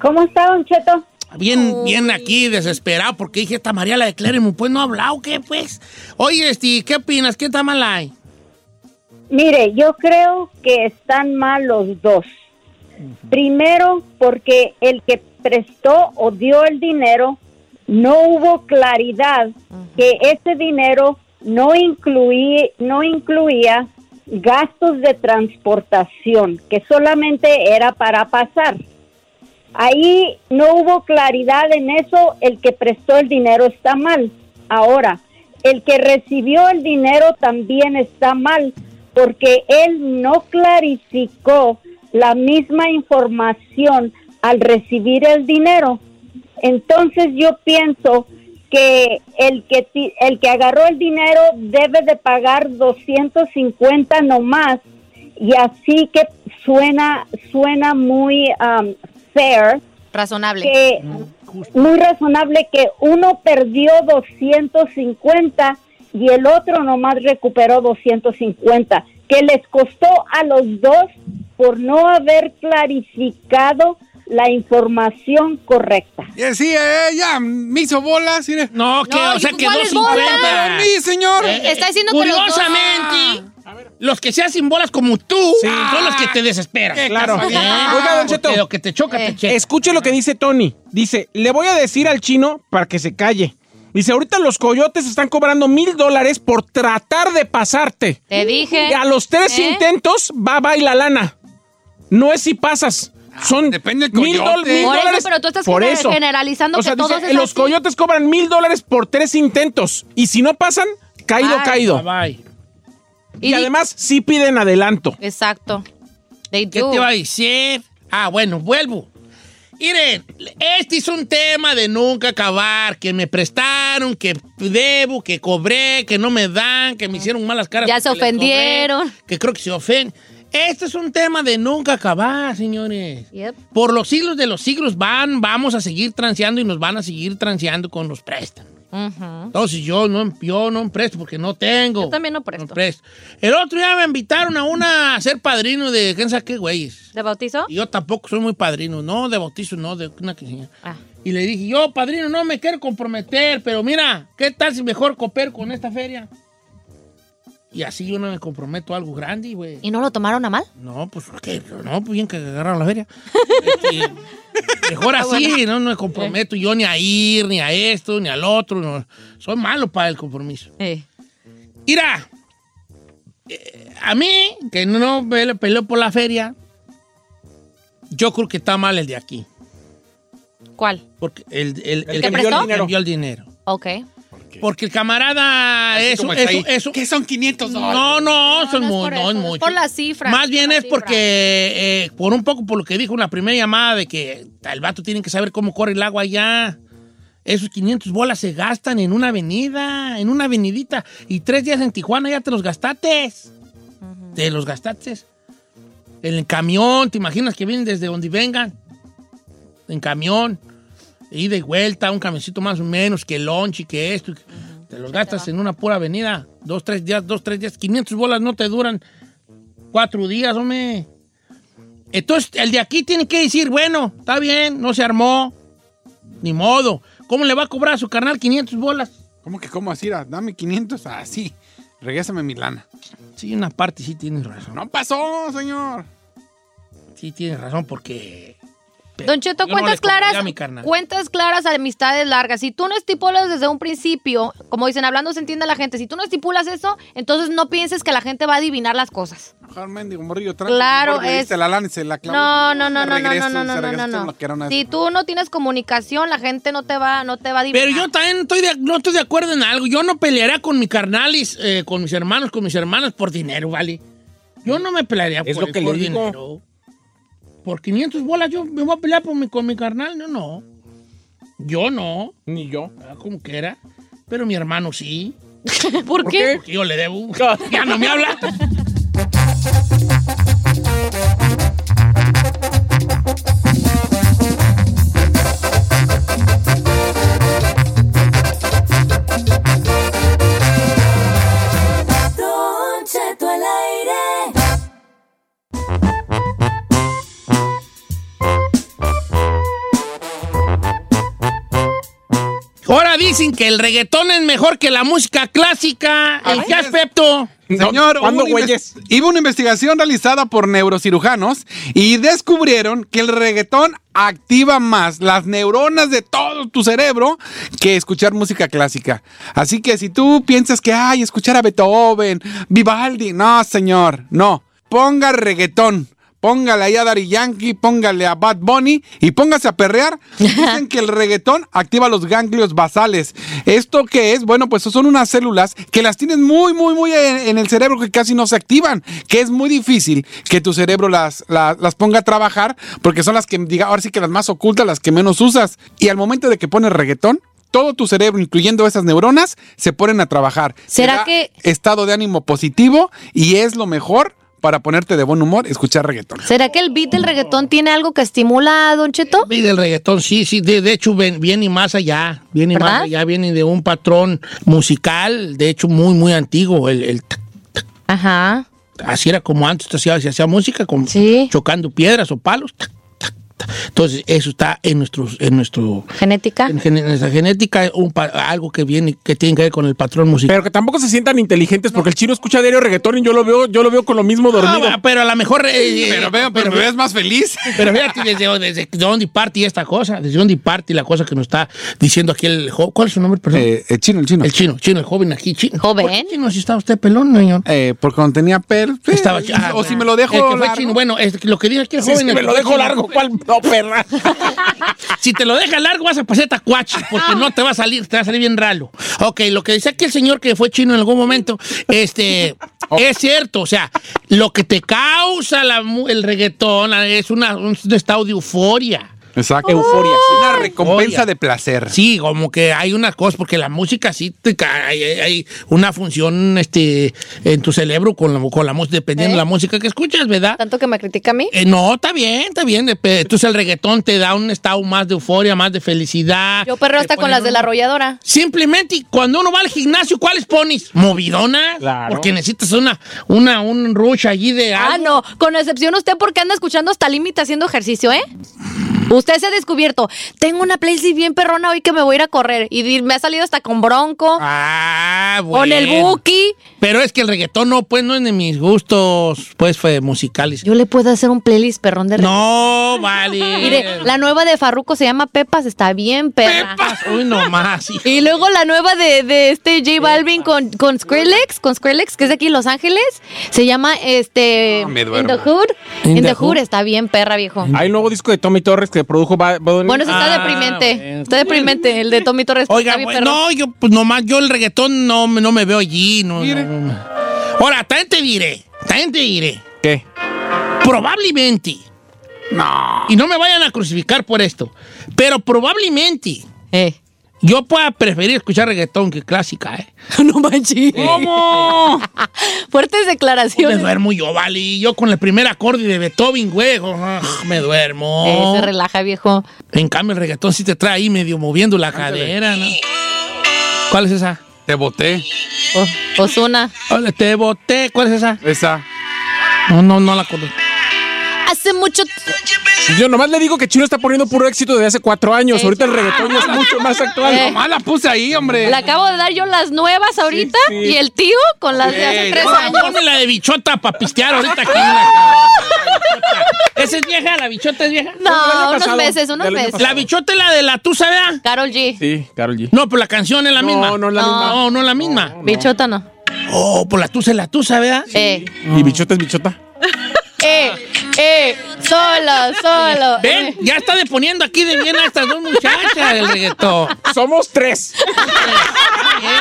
Speaker 13: ¿Cómo está, Don Cheto?
Speaker 1: Bien, bien aquí, desesperado, porque dije, esta María la de Claremont, pues no ha hablado, ¿qué pues? Oye, este, ¿qué opinas? ¿Qué está mal ahí?
Speaker 13: Mire, yo creo que están mal los dos. Primero, porque el que prestó o dio el dinero, no hubo claridad que ese dinero no, incluí- no incluía gastos de transportación, que solamente era para pasar. Ahí no hubo claridad en eso, el que prestó el dinero está mal. Ahora, el que recibió el dinero también está mal, porque él no clarificó la misma información al recibir el dinero. Entonces yo pienso que el que ti- el que agarró el dinero debe de pagar 250 nomás y así que suena suena muy um, fair
Speaker 2: razonable
Speaker 13: muy razonable que uno perdió 250 y el otro nomás recuperó 250 que les costó a los dos por no haber clarificado la información correcta
Speaker 4: Y sí, eh, ya me hizo bolas. mire.
Speaker 1: No, que, o sea, Eh. que 250.
Speaker 4: Perdón, mi señor.
Speaker 1: Curiosamente, los que sean sin bolas como tú son los que te desesperan.
Speaker 3: Claro.
Speaker 1: casualidad.
Speaker 3: Oiga, Don Cheto.
Speaker 1: Porque Lo que te choca,
Speaker 2: Eh.
Speaker 1: te checa.
Speaker 3: Escuche lo que dice Tony. Dice, le voy a decir al chino para que se calle. Dice, ahorita los coyotes están cobrando mil dólares por tratar de pasarte.
Speaker 1: Uh,
Speaker 2: Te dije.
Speaker 3: Y a los tres
Speaker 2: ¿Eh?
Speaker 3: intentos va, va y la lana. No es si pasas.
Speaker 1: Ah,
Speaker 3: Son Depende mil, dol- mil
Speaker 2: Por eso,
Speaker 3: dólares.
Speaker 2: pero tú estás
Speaker 3: por
Speaker 2: gener-
Speaker 3: eso.
Speaker 2: generalizando
Speaker 3: O
Speaker 2: que
Speaker 3: sea,
Speaker 2: todos
Speaker 3: dice,
Speaker 2: es
Speaker 3: los
Speaker 2: así.
Speaker 3: coyotes cobran mil dólares por tres intentos. Y si no pasan, caído,
Speaker 2: Bye.
Speaker 3: caído. Y, además sí piden adelanto.
Speaker 2: Exacto. They
Speaker 1: ¿Qué
Speaker 2: do.
Speaker 1: te va a decir? Ah, bueno, vuelvo. Miren, este es un tema de nunca acabar, que me prestaron, que debo, que cobré, que no me dan, que me hicieron malas caras.
Speaker 2: Ya se
Speaker 1: porque les cobré,
Speaker 2: ofendieron.
Speaker 1: que creo que se ofenden. Este es un tema de nunca acabar, señores.
Speaker 2: Yep.
Speaker 1: Por los siglos de los siglos van, vamos a seguir transeando y nos van a seguir transeando con los préstamos.
Speaker 2: Ujú.
Speaker 1: Entonces yo no, yo no presto porque no tengo.
Speaker 2: Yo también no presto.
Speaker 1: Presto. El otro día me invitaron a una a ser padrino de quién sabe qué güeyes.
Speaker 2: ¿De bautizo?
Speaker 1: Y yo tampoco soy muy padrino, no de bautizo, no de una quinceañera.
Speaker 2: Ah.
Speaker 1: Y le dije, yo, padrino, no me quiero comprometer, pero mira, ¿qué tal si mejor coopero con esta feria? Y así yo no me comprometo a algo grande, güey.
Speaker 2: ¿Y no lo tomaron a mal?
Speaker 1: No, pues ¿qué? No, pues bien que agarraron la feria. Este, mejor
Speaker 2: Ah,
Speaker 1: así,
Speaker 2: bueno.
Speaker 1: no, no me comprometo yo ni a ir, ni a esto, ni al otro. no. Soy malo para el compromiso. Mira, eh, a mí, que no me peleo por la feria, yo creo que está mal el de aquí.
Speaker 2: ¿Cuál?
Speaker 1: Porque el, el,
Speaker 2: que
Speaker 1: que
Speaker 2: prestó?
Speaker 1: envió el dinero. envió el dinero.
Speaker 2: Ok.
Speaker 1: Porque el camarada
Speaker 4: Así
Speaker 1: eso,
Speaker 4: como está
Speaker 1: eso,
Speaker 4: ahí.
Speaker 1: eso. ¿Qué
Speaker 4: son 500
Speaker 1: dólares? No, no, son mu- no, es mucho.
Speaker 2: Por la cifra.
Speaker 1: Más bien es porque, eh, por un poco por lo que dijo en la primera llamada, de que al vato tienen que saber cómo corre el agua allá. Esos 500 bolas se gastan en una avenida, en una avenidita. Y tres días en Tijuana ya te los gastaste. Te los gastaste. En el camión, ¿te imaginas que vienen desde donde vengan? En camión. Y de vuelta, un camioncito más o menos, que lunch y que esto. y que- Te los gastas en una pura avenida. Dos, tres días, dos, tres días. 500 bolas no te duran cuatro días, hombre. Entonces, el de aquí tiene que decir, bueno, está bien, no se armó. Ni modo. ¿Cómo le va a cobrar a su carnal 500 bolas?
Speaker 4: ¿Cómo que cómo así? Era? Dame 500. Así. Regrésame mi lana.
Speaker 1: Sí, una parte sí tienes razón.
Speaker 4: No pasó, señor.
Speaker 1: Sí, tienes razón, porque
Speaker 2: Don Cheto,
Speaker 1: Yo no
Speaker 2: cuentas
Speaker 1: le compraría
Speaker 2: claras,
Speaker 1: a mi carnal.
Speaker 2: cuentas claras, amistades largas. Si tú no estipulas desde un principio, como dicen, hablando se entiende la gente, si tú no estipulas eso, entonces no pienses que la gente va a adivinar las cosas.
Speaker 4: Mejor mendigo morrillo,
Speaker 2: Claro,
Speaker 4: mejor le diste
Speaker 2: es-
Speaker 4: la lana y se la clavó.
Speaker 2: No, no, no, no, no,
Speaker 4: Regreso,
Speaker 2: no, no,
Speaker 4: se
Speaker 2: no,
Speaker 4: regresó,
Speaker 2: no, no.
Speaker 4: no quiero nada.
Speaker 2: Si tú no tienes comunicación, la gente no te va, no te va a adivinar.
Speaker 1: Pero yo también estoy de- no estoy de acuerdo en algo. Yo no pelearía con mi carnalis, eh, con mis hermanos, con mis hermanas por dinero, ¿vale? Yo no me pelearía
Speaker 3: Es
Speaker 1: por,
Speaker 3: lo que
Speaker 1: por
Speaker 3: le digo.
Speaker 1: dinero. Por 500 bolas yo me voy a pelear por mi- con mi carnal. No, no. Yo no.
Speaker 3: Ni yo.
Speaker 1: Ah, como que era. Pero mi hermano sí.
Speaker 2: ¿Por, qué?
Speaker 1: Porque yo le debo. ya no me habla.
Speaker 5: Don Cheto al aire.
Speaker 1: Ahora dicen que el reggaetón es mejor que la música clásica. ¿En qué aspecto?
Speaker 4: Señor, hubo una inves- Hubo una investigación realizada por neurocirujanos y descubrieron que el reggaetón activa más las neuronas de todo tu cerebro que escuchar música clásica. Así que si tú piensas que, ay, escuchar a Beethoven, Vivaldi, no, señor, no. Ponga reggaetón. Póngale ahí a Daddy Yankee, póngale a Bad Bunny y póngase a perrear. Dicen que el reggaetón activa los ganglios basales. ¿Esto qué es? Bueno, pues son unas células que las tienes muy, muy, muy en, en el cerebro que casi no se activan, que es muy difícil que tu cerebro las, las, las ponga a trabajar porque son las que, diga, ahora sí que las más ocultas, las que menos usas. Y al momento de que pones reggaetón, todo tu cerebro, incluyendo esas neuronas, se ponen a trabajar.
Speaker 2: ¿Será
Speaker 4: Te da
Speaker 2: que-
Speaker 4: Estado de ánimo positivo y es lo mejor para ponerte de buen humor escuchar reggaetón.
Speaker 2: ¿Será que el beat del reggaetón tiene algo que estimula a Don Cheto?
Speaker 1: Y del reggaetón, sí, sí. De, de hecho, ven- viene más allá. Viene más
Speaker 2: ¿Verdad?
Speaker 1: allá. Viene de un patrón musical, de hecho, muy, muy antiguo. El, el tac, tac.
Speaker 2: Ajá.
Speaker 1: Así era como antes se hacía, se hacía música, con, chocando piedras o palos. tac, tac, tac. Entonces, eso está en, nuestros, en nuestro
Speaker 2: Genética.
Speaker 1: En, gen- en nuestra genética, un pa- algo que viene, que tiene que ver con el patrón musical.
Speaker 3: Pero que tampoco se sientan inteligentes porque el chino escucha diario reggaetón y yo lo veo, yo lo veo con lo mismo dormido.
Speaker 1: Ah, pero a lo mejor. pero veo, pero,
Speaker 4: me ves más feliz.
Speaker 1: Pero fíjate, desde, desde dónde parte esta cosa, desde dónde parte la cosa que nos está diciendo aquí el joven. ¿Cuál es su nombre, perdón?
Speaker 4: Eh, el chino, el chino.
Speaker 1: El chino, chino, el joven aquí, chino. ¿Por qué
Speaker 2: ¿Joven?
Speaker 1: chino, si está usted pelón, señor.
Speaker 4: Eh, porque cuando tenía pelo. sí.
Speaker 1: Estaba ch- ah,
Speaker 4: o si me lo dejo
Speaker 1: el que fue
Speaker 4: largo.
Speaker 1: chino. Bueno, es que lo que digo es que el
Speaker 4: Sí,
Speaker 1: joven.
Speaker 4: sí,
Speaker 1: el
Speaker 4: me
Speaker 1: que
Speaker 4: lo
Speaker 1: fue
Speaker 4: dejo
Speaker 1: chino.
Speaker 4: largo,
Speaker 3: ¿cuál? No, perra.
Speaker 1: si te lo dejas largo, vas a pasar tacuache, porque no te va a salir, te va a salir bien ralo. Ok, lo que dice aquí el señor que fue chino en algún momento, este, es cierto, o sea, lo que te causa la mu- el reggaetón ah, es una- un estado de euforia.
Speaker 4: Exacto.
Speaker 3: Euforia.
Speaker 4: Una recompensa de placer.
Speaker 1: Sí, como que hay unas cosas, porque la música sí te ca- hay, hay- hay una función este, en tu cerebro con la, con la música, dependiendo de la música que escuchas, ¿verdad?
Speaker 2: ¿Eh? ¿Tanto que me critica a mí?
Speaker 1: Eh, no, está bien, está bien. Dep- Entonces el reggaetón te da un estado más de euforia, más de felicidad.
Speaker 2: Yo perreo hasta con las de la arrolladora.
Speaker 1: Simplemente y cuando uno va al gimnasio, ¿cuáles pones? Movidonas. Porque necesitas una, una, un rush allí de
Speaker 2: Ah,
Speaker 1: algo.
Speaker 2: no, con excepción usted porque anda escuchando hasta límite haciendo ejercicio, ¿eh? Usted se ha descubierto. Tengo una playlist bien perrona hoy que me voy a ir a correr. Y di- me ha salido hasta con bronco,
Speaker 1: Ah,
Speaker 2: con
Speaker 1: bueno.
Speaker 2: el buki.
Speaker 1: Pero es que el reggaetón no, pues no es de mis gustos, pues fue musicales.
Speaker 2: Yo le puedo hacer un playlist perrón de
Speaker 1: No, vale.
Speaker 2: Mire, la nueva de Farruko se llama Pepas, está bien, perra.
Speaker 1: Uy, no más. hijo.
Speaker 2: Y luego la nueva de, de este J Balvin con, con Skrillex, con Skrillex, que es de aquí en Los Ángeles, se llama este
Speaker 3: Ah, me
Speaker 2: In
Speaker 3: duermo.
Speaker 2: the Hood.
Speaker 3: In
Speaker 2: In,
Speaker 3: the
Speaker 2: the Hood
Speaker 3: Hood.
Speaker 2: está bien, perra, viejo.
Speaker 3: Hay un nuevo disco de Tommy Torres que produjo Bad Bunny.
Speaker 2: Bueno, eso está
Speaker 3: Ah,
Speaker 2: deprimente.
Speaker 3: bueno.
Speaker 2: Está deprimente el de Tommy Torres.
Speaker 1: Oiga,
Speaker 2: está bien
Speaker 1: güey,
Speaker 2: perrón.
Speaker 1: no, yo, pues nomás, yo el reggaetón no, no me veo allí. No, no. Ahora, también te diré, también te diré.
Speaker 3: ¿Qué?
Speaker 1: Probablemente. No. Y no me vayan a crucificar por esto. Pero probablemente.
Speaker 2: Eh.
Speaker 1: Yo pueda preferir escuchar reggaetón que clásica, ¿eh?
Speaker 2: no manches.
Speaker 1: ¿Cómo?
Speaker 2: Fuertes
Speaker 1: me
Speaker 2: declaraciones.
Speaker 1: duermo yo, vale. Yo con el primer acorde de Beethoven, güey. ah, Me duermo.
Speaker 2: Eh, se relaja, viejo.
Speaker 1: En cambio, el reggaetón sí te trae ahí medio moviendo la cadera, ¿no? ¿Cuál es esa?
Speaker 4: Te boté.
Speaker 2: O- Ozuna.
Speaker 1: Hola, te boté. ¿Cuál es esa?
Speaker 4: Esa.
Speaker 1: No, no, no la conozco.
Speaker 2: Hace mucho.
Speaker 3: Yo nomás le digo que Chino está poniendo puro éxito desde hace cuatro años. Ahorita el reggaetón ya es mucho más actual.
Speaker 2: Eh.
Speaker 3: Nomás la puse ahí, hombre.
Speaker 2: Le acabo de dar yo las nuevas ahorita y el tío con las de hace
Speaker 1: Ey,
Speaker 2: tres
Speaker 1: ahora
Speaker 2: años.
Speaker 1: Ponme la de bichota para pistear ahorita aquí. en la bichota. ¿Esa es vieja? ¿La bichota es vieja?
Speaker 2: No, Del año unos pasado, meses, unos del año meses. pasado.
Speaker 1: La bichota es la de la tú sabes.
Speaker 2: Carol G.
Speaker 3: Sí, Carol G.
Speaker 1: No, pues la canción es la
Speaker 2: No,
Speaker 1: misma.
Speaker 2: no es la No. misma.
Speaker 1: No, no es la misma.
Speaker 2: Bichota no.
Speaker 1: Oh, pues la tusa es la tusa, ¿verdad?
Speaker 2: Eh,
Speaker 3: Y bichota es bichota.
Speaker 2: eh, eh, solo, solo.
Speaker 1: Ven, ya está deponiendo aquí de bien a estas dos muchachas del reggaetón.
Speaker 3: Somos tres.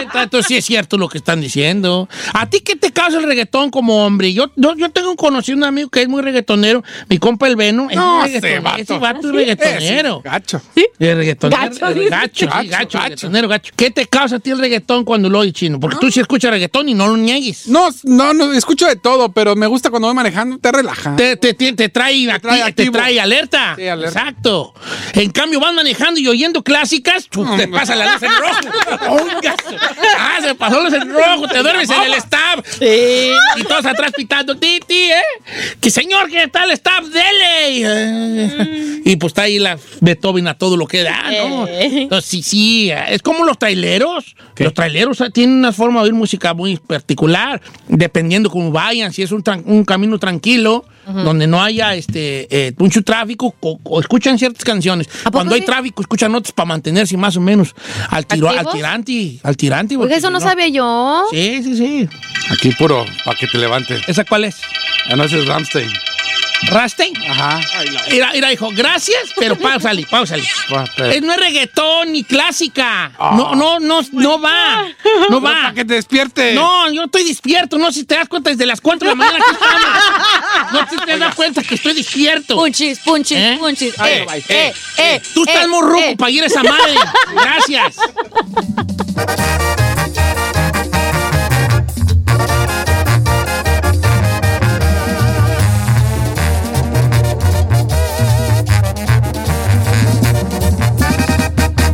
Speaker 1: Entonces sí es cierto lo que están diciendo. ¿A ti qué te causa el reggaetón como hombre? Yo, yo, yo tengo un conocido, un amigo que es muy reggaetonero, mi compa el Veno. Es
Speaker 4: No,
Speaker 1: muy
Speaker 4: ese
Speaker 1: reggaetonero,
Speaker 4: vato.
Speaker 1: ese vato es
Speaker 4: Sí,
Speaker 1: reggaetonero.
Speaker 4: Gacho.
Speaker 1: El reggaetonero.
Speaker 4: Gacho,
Speaker 1: el
Speaker 4: dice.
Speaker 1: gacho, sí,
Speaker 4: Gacho,
Speaker 1: gacho,
Speaker 4: gacho.
Speaker 1: reggaetonero, gacho. ¿Qué te causa a ti el reggaetón cuando lo oyes, chino? Porque tú sí escuchas reggaetón y no lo niegues.
Speaker 4: No, no, no, escucho de todo, pero me gusta cuando voy manejando, te relaja.
Speaker 1: Te, te, te, te trae, acti-
Speaker 4: trae
Speaker 1: te
Speaker 4: activo.
Speaker 1: trae alerta.
Speaker 4: Sí, alerta.
Speaker 1: Exacto. En cambio, van manejando y oyendo clásicas, chu, te pasa la luz en rojo. Oiga, ah, se pasó la luz en rojo, te duermes en el stab. Y todos atrás pitando, titi, ¿eh? Que señor, que está el stab? Dele. Y, eh, Y pues está ahí la Beethoven a todo lo que da, ¿no? Entonces, sí, sí, eh, es como los traileros. Los traileros eh, tienen una forma de oír música muy particular, dependiendo cómo vayan, si es un, tran- un camino tranquilo, donde no haya este eh, mucho tráfico, o, o escuchan ciertas canciones. Cuando hay tráfico, escuchan otras para mantenerse más o menos al, tiro, al
Speaker 2: ¿Activos?
Speaker 1: tirante, al tirante.
Speaker 2: Porque
Speaker 1: porque
Speaker 2: eso
Speaker 1: si
Speaker 2: no sabía yo.
Speaker 1: Sí, sí, sí.
Speaker 4: Aquí puro, para que te levantes.
Speaker 1: ¿Esa cuál es?
Speaker 4: Ah, no, ese es Ramstein.
Speaker 1: ¿Rastein?
Speaker 4: Ajá.
Speaker 1: Mira, mira, hijo, gracias, pero pausale, pausale. Eh, no es reggaetón ni clásica. No, no, no, no va. No va.
Speaker 4: Para Ah. que te despierte.
Speaker 1: No, yo estoy despierto. No, si te das cuenta, desde las 4 de la mañana aquí estamos. No, si te das cuenta que estoy despierto.
Speaker 2: Punchis, punchis, punchis. Eh, eh, eh,
Speaker 1: Tú estás
Speaker 2: eh,
Speaker 1: muy ruco
Speaker 2: eh.
Speaker 1: para ir a esa madre. Gracias.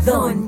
Speaker 5: Don